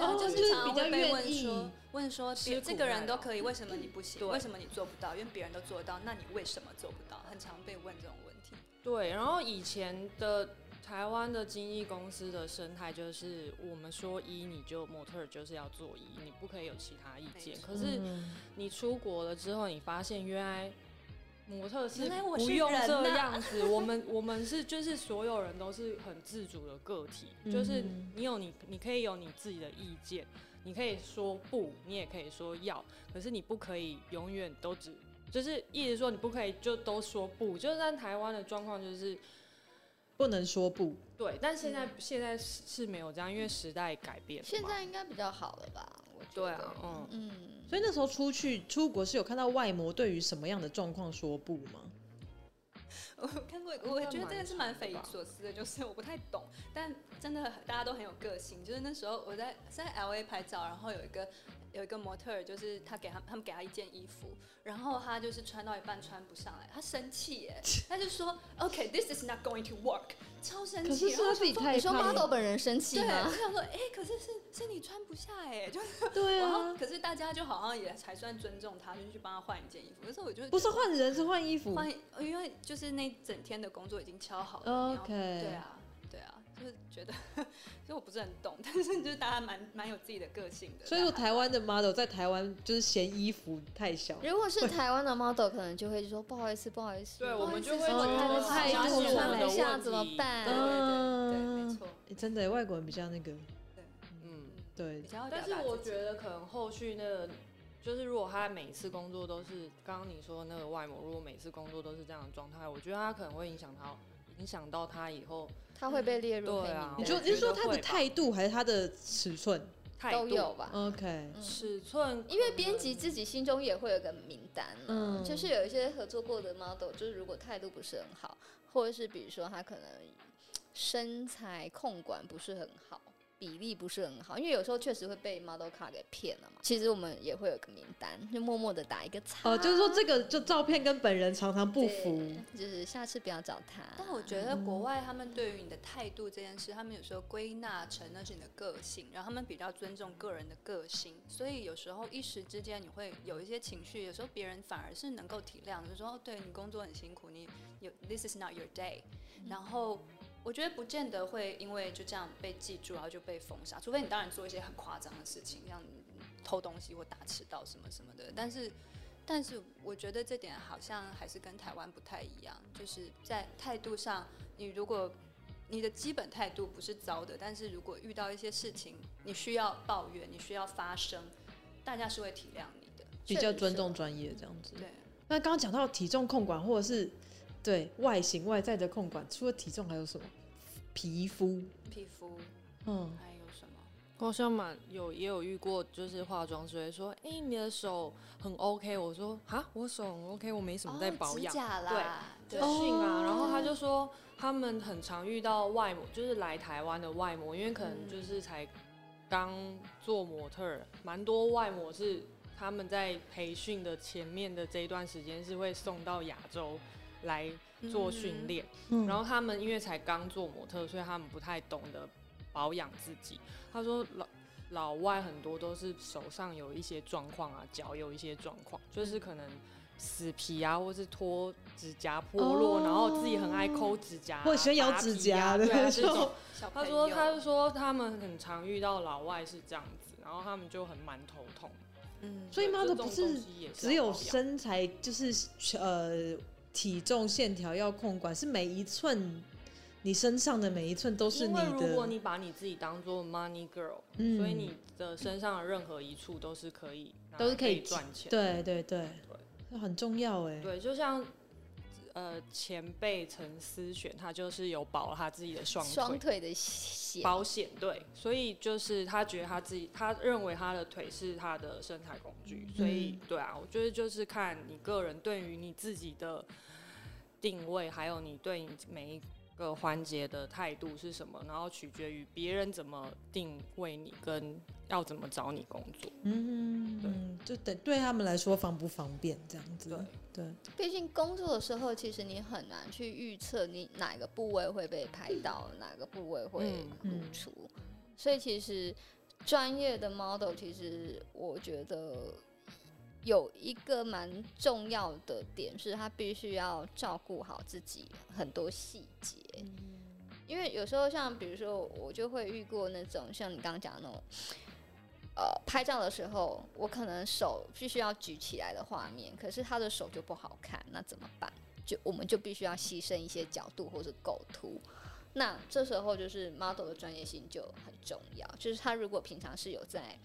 [SPEAKER 4] 啊，
[SPEAKER 1] 哦就
[SPEAKER 4] 就
[SPEAKER 1] 是是比
[SPEAKER 4] 常常
[SPEAKER 1] 较
[SPEAKER 4] 会被
[SPEAKER 1] 愿
[SPEAKER 4] 问说
[SPEAKER 1] 意，
[SPEAKER 4] 问说
[SPEAKER 3] 吃
[SPEAKER 4] 别这
[SPEAKER 3] 苦
[SPEAKER 4] 个
[SPEAKER 3] 耐
[SPEAKER 4] 人都
[SPEAKER 3] 劳
[SPEAKER 4] 可以，为什 么你不行？
[SPEAKER 3] 对
[SPEAKER 4] 为什么你做不到？因为别人都做到，那你为什么做不到？很常被问这种问题。
[SPEAKER 3] 对，然后以前的台湾的经纪公司的生态就是，我们说一你就模特儿就是要做一，你不可以有其他意见
[SPEAKER 4] 没。错
[SPEAKER 3] 可是
[SPEAKER 1] 嗯
[SPEAKER 3] 你出国了之后，你发现原来模特是
[SPEAKER 4] 原来我
[SPEAKER 3] 不
[SPEAKER 4] 是
[SPEAKER 3] 用
[SPEAKER 4] 人
[SPEAKER 3] 这
[SPEAKER 4] 呐
[SPEAKER 3] 样子，我们我们是就是所有人都是很自主的个 体，就是
[SPEAKER 1] 嗯
[SPEAKER 3] 你有你你可以有你自己的意见，你可以说不，你也可以说要，可是你不可以永远都只就是一直说你不可以就都说不，就是在台湾的状况就是
[SPEAKER 1] 不能说不，
[SPEAKER 3] 对，但现
[SPEAKER 4] 嗯
[SPEAKER 3] 在、现在是是没有这样，因为时代改变了嘛，
[SPEAKER 2] 现在应该比较好了吧？我觉
[SPEAKER 3] 对
[SPEAKER 2] 得
[SPEAKER 3] 啊，嗯，
[SPEAKER 2] 嗯，
[SPEAKER 1] 所以那时候出去出国是有看到外模对于什么样的状况说不吗？
[SPEAKER 4] 我看过，
[SPEAKER 3] 应
[SPEAKER 4] 我
[SPEAKER 3] 该
[SPEAKER 4] 觉得这
[SPEAKER 3] 蛮
[SPEAKER 4] 个是蛮
[SPEAKER 3] 长的
[SPEAKER 4] 匪夷
[SPEAKER 3] 吧
[SPEAKER 4] 所思的，就是我不太懂，但真的很大家都很有个性。就是那时候我在在 L A 拍照，然后有一个有一个模特儿，就是他给他他们给他一件衣服，然后他就是穿到一半穿不上来，他生 气耶，他就说 OK this is not going to work，超生
[SPEAKER 1] 可
[SPEAKER 4] 气。
[SPEAKER 1] 是
[SPEAKER 4] 然
[SPEAKER 1] 是
[SPEAKER 4] 后
[SPEAKER 1] 他
[SPEAKER 4] 我
[SPEAKER 1] 自己
[SPEAKER 4] 想说
[SPEAKER 1] 太
[SPEAKER 2] 你说
[SPEAKER 1] 胖
[SPEAKER 2] model
[SPEAKER 1] 了，
[SPEAKER 2] 本人生气
[SPEAKER 4] 对，我
[SPEAKER 2] 吗？
[SPEAKER 4] 想说，哎、可是是是你穿不下哎，就是
[SPEAKER 1] 对
[SPEAKER 4] 然后
[SPEAKER 1] 啊，
[SPEAKER 4] 可是大家就好像也还算尊重他，就是去帮他换一件衣服。可是我就
[SPEAKER 1] 不是换人是换衣服
[SPEAKER 4] 换，呃因为就是那整天的工作已经敲好了，你要
[SPEAKER 1] ，OK，
[SPEAKER 4] 对，啊，对啊，就是觉得， 所以我不是很懂，但是就是大家蛮蛮有自己的个性的。
[SPEAKER 1] 所以说台湾的 model 在台湾就是嫌衣服太小，
[SPEAKER 2] 如果是台湾的 model，可能就会说不好意思，不好意思，
[SPEAKER 3] 对
[SPEAKER 2] 不
[SPEAKER 3] 我
[SPEAKER 2] 好
[SPEAKER 3] 们
[SPEAKER 2] 意
[SPEAKER 3] 就
[SPEAKER 2] 思
[SPEAKER 3] 会
[SPEAKER 2] 说
[SPEAKER 3] 觉
[SPEAKER 2] 我
[SPEAKER 3] 得
[SPEAKER 2] 太
[SPEAKER 4] 好像
[SPEAKER 2] 多
[SPEAKER 4] 是我
[SPEAKER 2] 穿
[SPEAKER 4] 们
[SPEAKER 2] 不
[SPEAKER 4] 的
[SPEAKER 2] 下
[SPEAKER 3] 问
[SPEAKER 2] 怎么
[SPEAKER 3] 题
[SPEAKER 1] 啊
[SPEAKER 4] 对
[SPEAKER 2] 办？
[SPEAKER 4] 对对，
[SPEAKER 1] 嗯
[SPEAKER 4] 没错，
[SPEAKER 1] 诶真的，外国人比较那个，
[SPEAKER 3] 嗯。
[SPEAKER 1] 对
[SPEAKER 4] 比，较要
[SPEAKER 3] 但
[SPEAKER 4] 表
[SPEAKER 3] 是
[SPEAKER 4] 达
[SPEAKER 3] 我
[SPEAKER 4] 自己
[SPEAKER 3] 觉得可能后续那个，就是如果他每一次工作都是刚刚你说那个外模，如果每次工作都是这样的状态，我觉得他可能会影响到影响到他以后
[SPEAKER 2] 他会被列入
[SPEAKER 3] 对
[SPEAKER 2] 黑
[SPEAKER 3] 啊
[SPEAKER 2] 名
[SPEAKER 1] 你
[SPEAKER 3] 我
[SPEAKER 1] 说
[SPEAKER 2] 单，
[SPEAKER 1] 你是说
[SPEAKER 3] 觉得
[SPEAKER 1] 他的
[SPEAKER 3] 会吧
[SPEAKER 1] 态度还是他的尺寸
[SPEAKER 3] 态
[SPEAKER 2] 都
[SPEAKER 3] 度
[SPEAKER 2] 有吧？
[SPEAKER 1] ？OK，
[SPEAKER 2] 嗯
[SPEAKER 3] 尺寸，
[SPEAKER 2] 因为编辑自己心中也会有个名单、啊，
[SPEAKER 1] 嗯
[SPEAKER 2] 就是有一些合作过的 model，就是如果态度不是很好，或者是比如说他可能身材控管不是很好，比例不是很好，因为有时候确实会被 model 卡给骗了嘛。其实我们也会有个名单，就默默的打一个叉。
[SPEAKER 1] 哦，就是说这个就照片跟本人常常不符，
[SPEAKER 2] 对，就是下次不要找他。
[SPEAKER 4] 但我觉得国外他们对于你的态度这件事，他们有时候归纳成那是你的个性，然后他们比较尊重个人的个性，所以有时候一时之间你会有一些情绪，有时候别人反而是能够体谅，就是说哦，对你工作很辛苦，你有 this is not your day，然后我觉得不见得会因为就这样被记住，然后就被封杀，除非你当然做一些很夸张的事情，像偷东西或打赤道什么什么的。但是，但是我觉得这点好像还是跟台湾不太一样，就是在态度上，你如果你的基本态度不是糟的，但是如果遇到一些事情，你需要抱怨，你需要发声，大家是会体谅你的，
[SPEAKER 6] 比较尊重专业这样
[SPEAKER 3] 嗯
[SPEAKER 6] 子。
[SPEAKER 4] 对。
[SPEAKER 1] 那刚刚讲到体重控管，或者是对外形外在的控管，除了体重还有什么？皮肤，
[SPEAKER 4] 皮肤
[SPEAKER 1] 嗯，
[SPEAKER 4] 还有什么？
[SPEAKER 3] 我像嘛有也有遇过，就是化妆师会说，哎、你的手很 OK，我说啊，我手很 OK，我没什么在保养
[SPEAKER 4] 哦、指。甲哦啦，
[SPEAKER 3] 资讯啊，然后他就说他们很常遇到外模，就是来台湾的外模，因为可能
[SPEAKER 4] 嗯
[SPEAKER 3] 就是才刚做模特儿，蛮多外模是他们在培训的前面的这一段时间是会送到亚洲来做训练，
[SPEAKER 1] 嗯
[SPEAKER 3] 然后他们因为才刚做模特，所以他们不太懂得保养自己。他说老老外很多都是手上有一些状况啊，脚有一些状况，
[SPEAKER 1] 嗯
[SPEAKER 3] 就是可能死皮啊，或是脱指甲剥落，
[SPEAKER 1] 哦
[SPEAKER 3] 然后自己很爱抠指甲啊、
[SPEAKER 1] 或者喜欢咬
[SPEAKER 3] 拔
[SPEAKER 1] 指
[SPEAKER 3] 皮
[SPEAKER 1] 甲
[SPEAKER 3] 啊
[SPEAKER 1] 的
[SPEAKER 3] 对啊，
[SPEAKER 1] 那
[SPEAKER 3] 这种
[SPEAKER 1] 种
[SPEAKER 4] 嗯小
[SPEAKER 3] 他
[SPEAKER 4] 朋
[SPEAKER 3] 说，
[SPEAKER 4] 友
[SPEAKER 3] 他就说他们很常遇到老外是这样子，然后他们就很蛮头痛。
[SPEAKER 4] 嗯，
[SPEAKER 1] 所以妈的
[SPEAKER 3] 对
[SPEAKER 1] 不
[SPEAKER 3] 这种
[SPEAKER 1] 是
[SPEAKER 3] 东西也是
[SPEAKER 1] 只
[SPEAKER 3] 要
[SPEAKER 1] 有
[SPEAKER 3] 保养
[SPEAKER 1] 身材，就是呃体重线条要控管，是每一寸你身上的每一寸都是
[SPEAKER 3] 因
[SPEAKER 1] 你
[SPEAKER 3] 为如果
[SPEAKER 1] 的，
[SPEAKER 3] 你把你自己当做 money girl，、
[SPEAKER 1] 嗯
[SPEAKER 3] 所以你的身上的任何一处都是可以拿来
[SPEAKER 1] 都是可以
[SPEAKER 3] 赚钱。
[SPEAKER 1] 对对对，那很重要哎。
[SPEAKER 3] 对，就像呃前辈陈思璇，他就是有保他自己的双
[SPEAKER 2] 双
[SPEAKER 3] 腿。
[SPEAKER 2] 腿的
[SPEAKER 1] 啊
[SPEAKER 2] 鞋，
[SPEAKER 3] 保险对，所以就是他觉得他自己，他认为他的腿是他的身材工具，所以
[SPEAKER 1] 嗯
[SPEAKER 3] 对啊，我觉得就是看你个人对于你自己的定位，还有你对你每一个环节的态度是什么，然后取决于别人怎么定位你，跟要怎么找你工作。
[SPEAKER 1] 嗯，
[SPEAKER 3] 对
[SPEAKER 1] 嗯，就等对他们来说方不方便这样子。对，
[SPEAKER 2] 毕竟工作的时候，其实你很难去预测你哪个部位会被拍到，哪个部位会
[SPEAKER 3] 嗯
[SPEAKER 2] 露出。所以其实专业的 model，其实我觉得有一个蛮重要的点是，他必须要照顾好自己很多细节。因为有时候像比如说，我就会遇过那种像你刚刚讲的那种，呃，拍照的时候，我可能手必须要举起来的画面，可是他的手就不好看，那怎么办？就我们就必须要牺牲一些角度或者构图。那这时候就是 model 的专业性就很重要，就是他如果平常是有在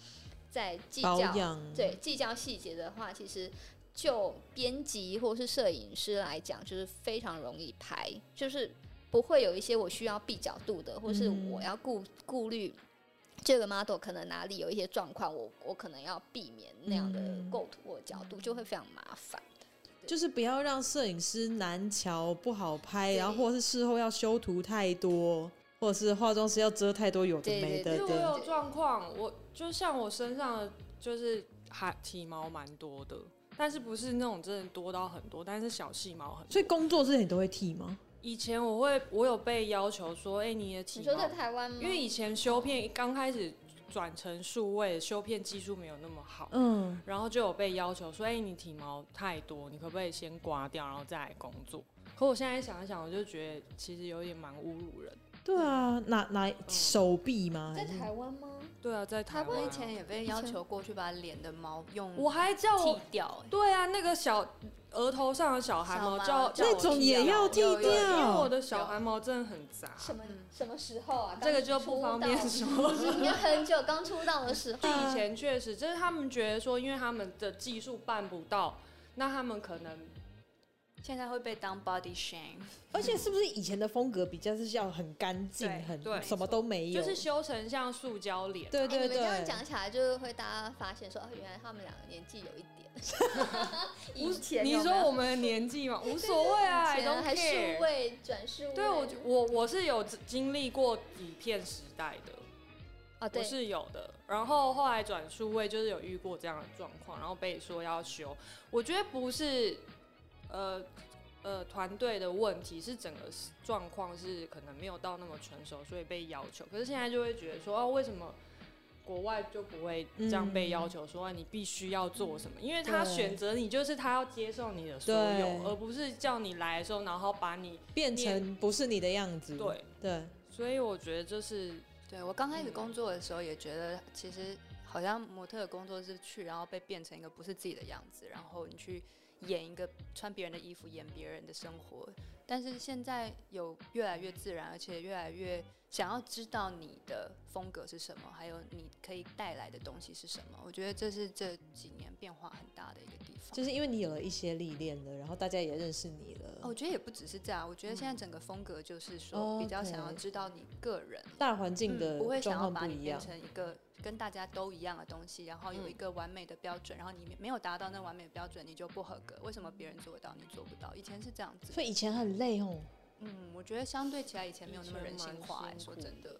[SPEAKER 2] 在计
[SPEAKER 1] 保
[SPEAKER 2] 较
[SPEAKER 1] 养
[SPEAKER 2] 对计较细节的话，其实就编辑或是摄影师来讲，就是非常容易拍，就是不会有一些我需要避角度的，或是
[SPEAKER 1] 嗯
[SPEAKER 2] 我要顾顾虑这个 model 可能哪里有一些状况，我我可能要避免那样的
[SPEAKER 1] 嗯
[SPEAKER 2] 构图或角度，就会非常麻烦。
[SPEAKER 1] 就是不要让摄影师难瞧不好拍，
[SPEAKER 2] 对
[SPEAKER 1] 然后或是事后要修图太多，或者是化妆师要遮太多有的
[SPEAKER 2] 对
[SPEAKER 1] 没
[SPEAKER 2] 对
[SPEAKER 1] 的
[SPEAKER 3] 因为
[SPEAKER 1] 的
[SPEAKER 3] 我有状况，我就像我身上的就是还体毛蛮多的，但是不是那种真的多到很多，但是小细毛很多。
[SPEAKER 1] 所以工作之前你都会剃吗？
[SPEAKER 3] 以前我会，我有被要求说，哎、你的体
[SPEAKER 2] 你说在
[SPEAKER 3] 毛，
[SPEAKER 2] 台湾吗？
[SPEAKER 3] 因为以前修片刚开始转成数位，修片技术没有那么好，
[SPEAKER 1] 嗯，
[SPEAKER 3] 然后就有被要求说，哎、你体毛太多，你可不可以先刮掉，然后再来工作？可我现在想一想，我就觉得其实有点蛮侮辱人。
[SPEAKER 1] 对啊，哪哪手臂吗？
[SPEAKER 2] 在
[SPEAKER 1] 还是
[SPEAKER 2] 台湾吗？
[SPEAKER 3] 对啊，在台
[SPEAKER 4] 我
[SPEAKER 3] 湾、
[SPEAKER 4] 以前也被
[SPEAKER 2] 以前
[SPEAKER 4] 要求过去把脸的毛用
[SPEAKER 3] 我还叫我
[SPEAKER 4] 剃掉、
[SPEAKER 3] 对啊，那个小额头上的小
[SPEAKER 4] 欸，
[SPEAKER 3] 汗毛
[SPEAKER 4] 小吗
[SPEAKER 3] 叫叫
[SPEAKER 1] 那
[SPEAKER 3] 我
[SPEAKER 1] 种
[SPEAKER 3] 剃
[SPEAKER 1] 也
[SPEAKER 3] 掉
[SPEAKER 1] 要剃
[SPEAKER 4] 有有有
[SPEAKER 3] 对，因为我
[SPEAKER 1] 掉。
[SPEAKER 3] 的小汗毛真的很杂，
[SPEAKER 2] 什么
[SPEAKER 4] 嗯
[SPEAKER 2] 什么时候啊？
[SPEAKER 3] 这个就不方便
[SPEAKER 2] 刚 出
[SPEAKER 3] 说。
[SPEAKER 2] 道，应该很久刚出道的时候。
[SPEAKER 3] 以前确实，就是他们觉得说，因为他们的技术办不到，那他们可能
[SPEAKER 4] 现在会被当 body shame，
[SPEAKER 1] 而且是不是以前的风格比较是要很干净
[SPEAKER 4] 对，
[SPEAKER 1] 很
[SPEAKER 3] 对
[SPEAKER 1] 什么都没有？
[SPEAKER 3] 就是修成像塑胶脸。啊
[SPEAKER 1] 对
[SPEAKER 2] 哎
[SPEAKER 1] 对
[SPEAKER 2] 你们这样
[SPEAKER 1] 对，
[SPEAKER 2] 讲起来，就是会大家发现说，哦原来他们两个年纪有一 点。
[SPEAKER 3] 无
[SPEAKER 2] 以前
[SPEAKER 3] 你
[SPEAKER 2] 有没有
[SPEAKER 3] 说我们的年纪嘛，无所谓啊
[SPEAKER 2] 以
[SPEAKER 3] ，I
[SPEAKER 2] 前
[SPEAKER 3] don't
[SPEAKER 2] 还数
[SPEAKER 3] care。
[SPEAKER 2] 位转数位，
[SPEAKER 3] 对我就我我是有经历过底片时代的，
[SPEAKER 2] 哦
[SPEAKER 3] 我
[SPEAKER 2] 对，
[SPEAKER 3] 是有的。然后后来转数位，就是有遇过这样的状况，然后被说要修。我觉得不是，呃呃，团队的问题是整个状况是可能没有到那么成熟，所以被要求。可是现在就会觉得说，哦，为什么国外就不会这样被要求说、啊你必须要做什么，因为
[SPEAKER 6] 嗯
[SPEAKER 3] 他
[SPEAKER 6] 对
[SPEAKER 3] 选择你就是他要接受你的所有，
[SPEAKER 6] 对
[SPEAKER 3] 而不是叫你来的时候然后把你
[SPEAKER 6] 变成不是你的样
[SPEAKER 1] 嗯
[SPEAKER 6] 子。
[SPEAKER 3] 对，
[SPEAKER 6] 对，
[SPEAKER 3] 所以我觉得这是
[SPEAKER 4] 对我刚开始
[SPEAKER 3] 嗯
[SPEAKER 4] 工作的时候也觉得，其实好像模特的工作是去，然后被变成一个不是自己的样子，然后你去演一个穿别人的衣服，演别人的生活。但是现在有越来越自然，而且越来越想要知道你的风格是什么，还有你可以带来的东西是什么。我觉得这是这几年变化很大的一个地方。
[SPEAKER 6] 就是因为你有了一些历练了，然后大家也认识你了。
[SPEAKER 4] 哦我觉得也不只是这样，我觉得现在整个风格就是说，比较想要
[SPEAKER 6] 哦 OK
[SPEAKER 4] 知道你个人
[SPEAKER 6] 大环境
[SPEAKER 4] 嗯不
[SPEAKER 6] 的
[SPEAKER 4] 会
[SPEAKER 6] 状
[SPEAKER 4] 想要
[SPEAKER 6] 况
[SPEAKER 4] 把
[SPEAKER 6] 不
[SPEAKER 4] 你
[SPEAKER 6] 一
[SPEAKER 4] 变
[SPEAKER 6] 样，
[SPEAKER 4] 成一个跟大家都一样的东西，然后有一个完美的标准，然后你没有达到那完美的标准，你就不合格。为什么别人做得到，你做不到？以前是这样子。
[SPEAKER 6] 所以以前很累哦。
[SPEAKER 4] 嗯，我觉得相对起来以前没有那么
[SPEAKER 3] 以前
[SPEAKER 4] 人性
[SPEAKER 3] 蛮
[SPEAKER 4] 化、哎
[SPEAKER 3] 辛
[SPEAKER 4] 说
[SPEAKER 3] 苦
[SPEAKER 4] 真的。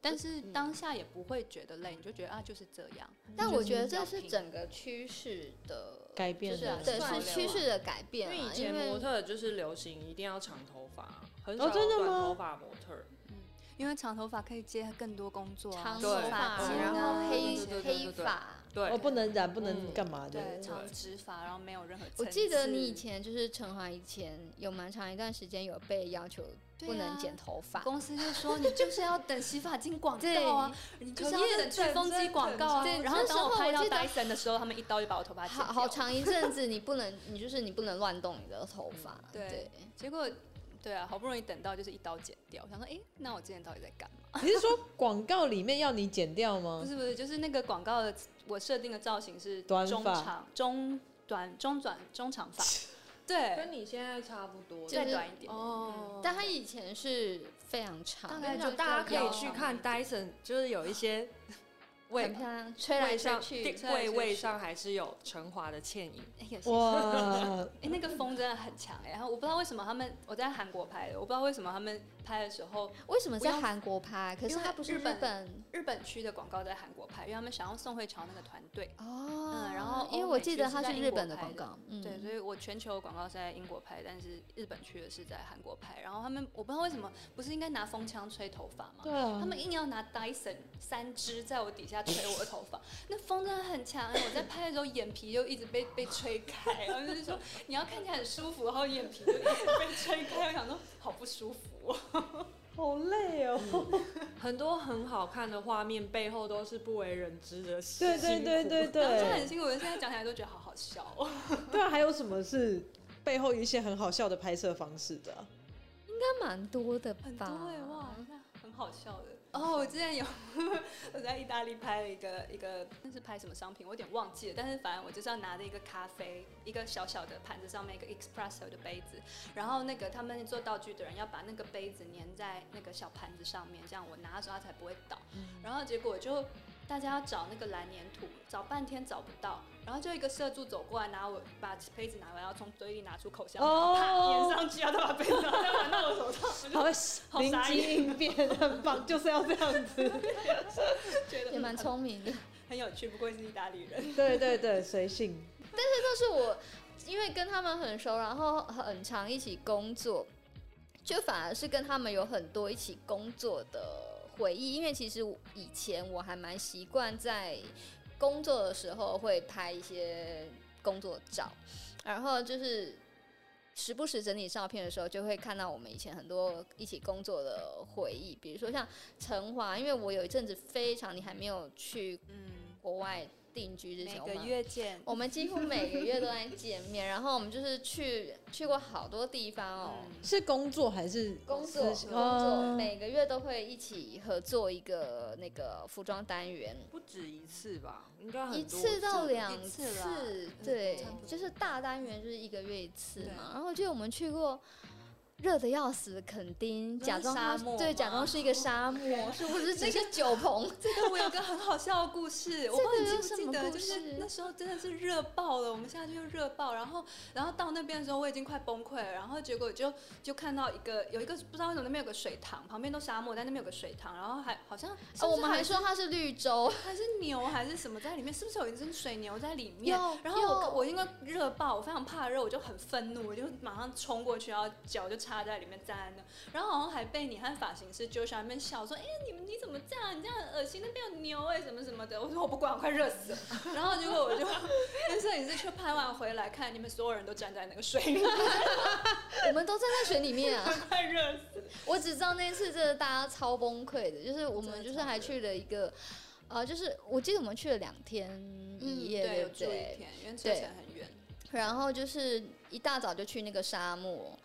[SPEAKER 4] 但是
[SPEAKER 3] 嗯
[SPEAKER 4] 当下也不会觉得累，你就觉得啊就是这样。
[SPEAKER 2] 但
[SPEAKER 4] 就
[SPEAKER 2] 我觉得
[SPEAKER 4] 比较
[SPEAKER 2] 这是
[SPEAKER 4] 平
[SPEAKER 2] 整个趋势的
[SPEAKER 6] 改变
[SPEAKER 2] 就是
[SPEAKER 6] 了
[SPEAKER 2] 对，是
[SPEAKER 3] 潮流
[SPEAKER 2] 趋
[SPEAKER 3] 啊
[SPEAKER 2] 势的改变
[SPEAKER 3] 因为以哦
[SPEAKER 2] 啊，
[SPEAKER 3] 前
[SPEAKER 2] 因
[SPEAKER 3] 模
[SPEAKER 2] 为
[SPEAKER 3] 特就是流行一定要长头发，很少有
[SPEAKER 6] 真的
[SPEAKER 3] 短
[SPEAKER 6] 吗
[SPEAKER 3] 头发模特儿。
[SPEAKER 4] 因为长头发可以接更多工作啊，
[SPEAKER 2] 长头
[SPEAKER 3] 对
[SPEAKER 2] 发
[SPEAKER 3] 对，
[SPEAKER 2] 然后黑
[SPEAKER 3] 对对对对
[SPEAKER 2] 黑
[SPEAKER 3] 对
[SPEAKER 2] 发。
[SPEAKER 3] 对，
[SPEAKER 6] 哦，不能染，不能
[SPEAKER 3] 嗯
[SPEAKER 6] 干嘛的。
[SPEAKER 4] 对长
[SPEAKER 3] 对
[SPEAKER 4] 直发，然后没有任何层次。
[SPEAKER 2] 我记得你以前就是陈华，以前有蛮长一段时间有被要求
[SPEAKER 4] 对
[SPEAKER 2] 不能
[SPEAKER 4] 啊
[SPEAKER 2] 剪头发，
[SPEAKER 4] 公司就说你就是要等洗发精广
[SPEAKER 2] 对
[SPEAKER 4] 告啊，你就是要等吹风机广告啊
[SPEAKER 2] 对。
[SPEAKER 4] 然后
[SPEAKER 2] 那时
[SPEAKER 4] 当
[SPEAKER 2] 候
[SPEAKER 4] 我拍
[SPEAKER 2] 我
[SPEAKER 4] 到
[SPEAKER 2] 记得
[SPEAKER 4] 戴森的时候，他们一刀就把我头发剪
[SPEAKER 2] 好
[SPEAKER 4] 掉。
[SPEAKER 2] 好。长一阵子，你不能，你就是你不能乱动你的头发。
[SPEAKER 4] 对
[SPEAKER 2] 嗯对，
[SPEAKER 4] 结果，对啊，好不容易等到就是一刀剪掉。我想说，诶，那我之前到底在干 嘛？
[SPEAKER 6] 你是说广告里面要你剪掉
[SPEAKER 4] 不
[SPEAKER 1] 嗯
[SPEAKER 6] 吗？
[SPEAKER 4] 是不是，就是那个广告的我设定的造型是
[SPEAKER 6] 短
[SPEAKER 4] 中
[SPEAKER 6] 发
[SPEAKER 4] 长中短中短中长发，对，
[SPEAKER 3] 跟你现在差不多。
[SPEAKER 2] 就
[SPEAKER 4] 再
[SPEAKER 2] 是
[SPEAKER 4] 短一点。
[SPEAKER 3] 哦，
[SPEAKER 2] 但他以前是非常长
[SPEAKER 4] 大
[SPEAKER 2] 的，
[SPEAKER 4] 概就
[SPEAKER 3] 大家可
[SPEAKER 4] 这
[SPEAKER 3] 以
[SPEAKER 4] 样
[SPEAKER 3] 去看 Dyson，就是有一 些
[SPEAKER 2] 很
[SPEAKER 3] 位
[SPEAKER 2] 漂亮，啊吹来
[SPEAKER 3] 位
[SPEAKER 2] 吹
[SPEAKER 3] 上
[SPEAKER 2] 去。
[SPEAKER 4] 吹来吹
[SPEAKER 3] 位
[SPEAKER 4] 去
[SPEAKER 3] 位上还是有陈华的倩影。
[SPEAKER 4] 哎也是
[SPEAKER 6] 哇，
[SPEAKER 4] 哎、那个风真的很强哎、然后我不知道为什么他们，我在韩国拍的，我不知道为什么他们拍的时候，
[SPEAKER 2] 为什么
[SPEAKER 4] 不
[SPEAKER 2] 在
[SPEAKER 4] 用
[SPEAKER 2] 韩国拍？可
[SPEAKER 4] 因
[SPEAKER 2] 是
[SPEAKER 4] 为
[SPEAKER 2] 它不是
[SPEAKER 4] 日
[SPEAKER 2] 日
[SPEAKER 4] 本
[SPEAKER 2] 本
[SPEAKER 4] 日本区的广告在韩国拍，因为他们想要宋慧乔那个团队。
[SPEAKER 2] 哦。
[SPEAKER 4] 然后
[SPEAKER 2] 因为
[SPEAKER 4] 欧
[SPEAKER 2] 我
[SPEAKER 4] 美
[SPEAKER 2] 记
[SPEAKER 4] 区
[SPEAKER 2] 得
[SPEAKER 4] 是
[SPEAKER 2] 它
[SPEAKER 4] 在
[SPEAKER 2] 是
[SPEAKER 4] 英
[SPEAKER 2] 日
[SPEAKER 4] 国
[SPEAKER 2] 本的
[SPEAKER 4] 拍
[SPEAKER 2] 广
[SPEAKER 4] 的
[SPEAKER 2] 告，嗯，
[SPEAKER 4] 对，所以我全球的广告是在英国拍，但是日本区的是在韩国拍。然后他们我不知道为什么，不是应该拿风枪吹头发吗？
[SPEAKER 6] 对啊
[SPEAKER 4] 他，们硬要拿 Dyson 三支在我底下吹我的头发，那风真的很强。欸我在拍的时候眼皮就一直被被吹开，然后就是说你要看起来很舒服，然后眼皮就一直被吹开，我想说好不舒服哦。
[SPEAKER 6] 好累哦。
[SPEAKER 3] 很多很好看的画面背后都是不为人知的辛
[SPEAKER 6] 对对对对
[SPEAKER 4] 然后真的很
[SPEAKER 6] 对，
[SPEAKER 4] 辛苦，现在讲起来都觉得好好笑哦。
[SPEAKER 6] 对啊，还有什么是背后有一些很好笑的拍摄方式的啊？
[SPEAKER 2] 应该蛮多的吧？
[SPEAKER 4] 很多哎、哇，那很好笑的。哦，我之前 有我在意大利拍了一个一个，那是拍什么商品，我有点忘记了。但是反正我就是要拿着一个咖啡，一个小小的盘子上面一个 espresso 的杯子，然后那个他们做道具的人要把那个杯子粘在那个小盘子上面，这样我拿的时候它才不会倒。嗯然后结果就大家要找那个蓝粘土，找半天找不到，然后就一个社助走过来拿我把杯子拿过来，然后从堆里拿出口香糖，啪
[SPEAKER 6] 哦
[SPEAKER 4] 粘上去，然后他把杯子拿再玩到我手上，
[SPEAKER 6] 好
[SPEAKER 4] 我就好
[SPEAKER 6] 临
[SPEAKER 4] 傻
[SPEAKER 6] 机
[SPEAKER 4] 眼
[SPEAKER 6] 应变，很棒，就是要这样子。
[SPEAKER 4] 觉得
[SPEAKER 2] 也蛮聪明的。
[SPEAKER 4] 很有趣，不愧是意大利人。
[SPEAKER 6] 对对对，随性。
[SPEAKER 2] 就是我因为跟他们很熟，然后很常一起工作，就反而是跟他们有很多一起工作的回忆。因为其实我以前我还蛮习惯在工作的时候会拍一些工作照，然后就是。时不时整理照片的时候，就会看到我们以前很多一起工作的回忆，比如说像陈华，因为我有一阵子非常，你还没有去
[SPEAKER 4] 嗯，
[SPEAKER 2] 国外定居之
[SPEAKER 4] 每
[SPEAKER 2] 前，我
[SPEAKER 4] 个
[SPEAKER 2] 们
[SPEAKER 4] 月见。
[SPEAKER 2] 我们几乎每个月都在见面，然后我们就是去去过好多地方哦，
[SPEAKER 4] 嗯
[SPEAKER 6] 是工作还是哦
[SPEAKER 2] 工作工
[SPEAKER 6] 私
[SPEAKER 1] 哦
[SPEAKER 2] 作，每个月都会一起合作一个那个服装单元，
[SPEAKER 3] 不止一次吧，应该很多
[SPEAKER 2] 一次到两
[SPEAKER 4] 一次啦嗯
[SPEAKER 2] 对
[SPEAKER 4] 差不，多
[SPEAKER 2] 就是大单元就是一个月一次
[SPEAKER 4] 对
[SPEAKER 2] 嘛。然后我记得我们去过。热的要死，垦丁，
[SPEAKER 4] 那是
[SPEAKER 2] 假装它
[SPEAKER 4] 沙漠
[SPEAKER 2] 对，
[SPEAKER 4] 吗
[SPEAKER 2] 假装是一个沙漠， 是不是只是酒棚？
[SPEAKER 4] 这个我有个很好笑的故 事，
[SPEAKER 2] 这
[SPEAKER 4] 我不知道
[SPEAKER 2] 个
[SPEAKER 4] 你
[SPEAKER 2] 有
[SPEAKER 4] 记不
[SPEAKER 2] 什
[SPEAKER 4] 记
[SPEAKER 2] 么
[SPEAKER 4] 得，
[SPEAKER 2] 故
[SPEAKER 4] 就是
[SPEAKER 2] 事
[SPEAKER 4] 那时候真的是热爆了，我们下去就热爆，然后然后到那边的时候我已经快崩溃了，然后结果就就看到一个有一个不知道为什么那边有个水塘，旁边都沙漠，但那边有个水塘，然后还好像是
[SPEAKER 2] 哦，
[SPEAKER 4] 不是
[SPEAKER 2] 我们还
[SPEAKER 4] 还
[SPEAKER 2] 说它是绿洲，
[SPEAKER 4] 还是牛还是什么在里面，是不是有一只水牛在里面？
[SPEAKER 2] 有，
[SPEAKER 4] 然后我
[SPEAKER 2] 有
[SPEAKER 4] 我因为热爆，我非常怕热，我就很愤怒，我就马上冲过去，然后脚就插插在里面站在那，然后好像还被你和发型师 Josh 那边笑说：“哎、你们你怎么这样？你这样很恶心，那边有牛哎、什么什么的。”我说：“我不管，我快热死了。”然后结果 我就跟摄影师去拍完回来，看你们所有人都站在那个水里，
[SPEAKER 2] 我们都站在水里面啊！
[SPEAKER 4] 快热死了。
[SPEAKER 2] 我只知道那一次真的大家超崩溃的，就是我们
[SPEAKER 4] 真的
[SPEAKER 2] 就是
[SPEAKER 4] 超
[SPEAKER 2] 还去了一个，呃，就是我记得我们去了两天一夜，
[SPEAKER 4] 嗯对，有
[SPEAKER 2] 不
[SPEAKER 4] 住一
[SPEAKER 2] 对？
[SPEAKER 4] 天，因为车程很远。
[SPEAKER 2] 然后就是一大早就去那个沙漠，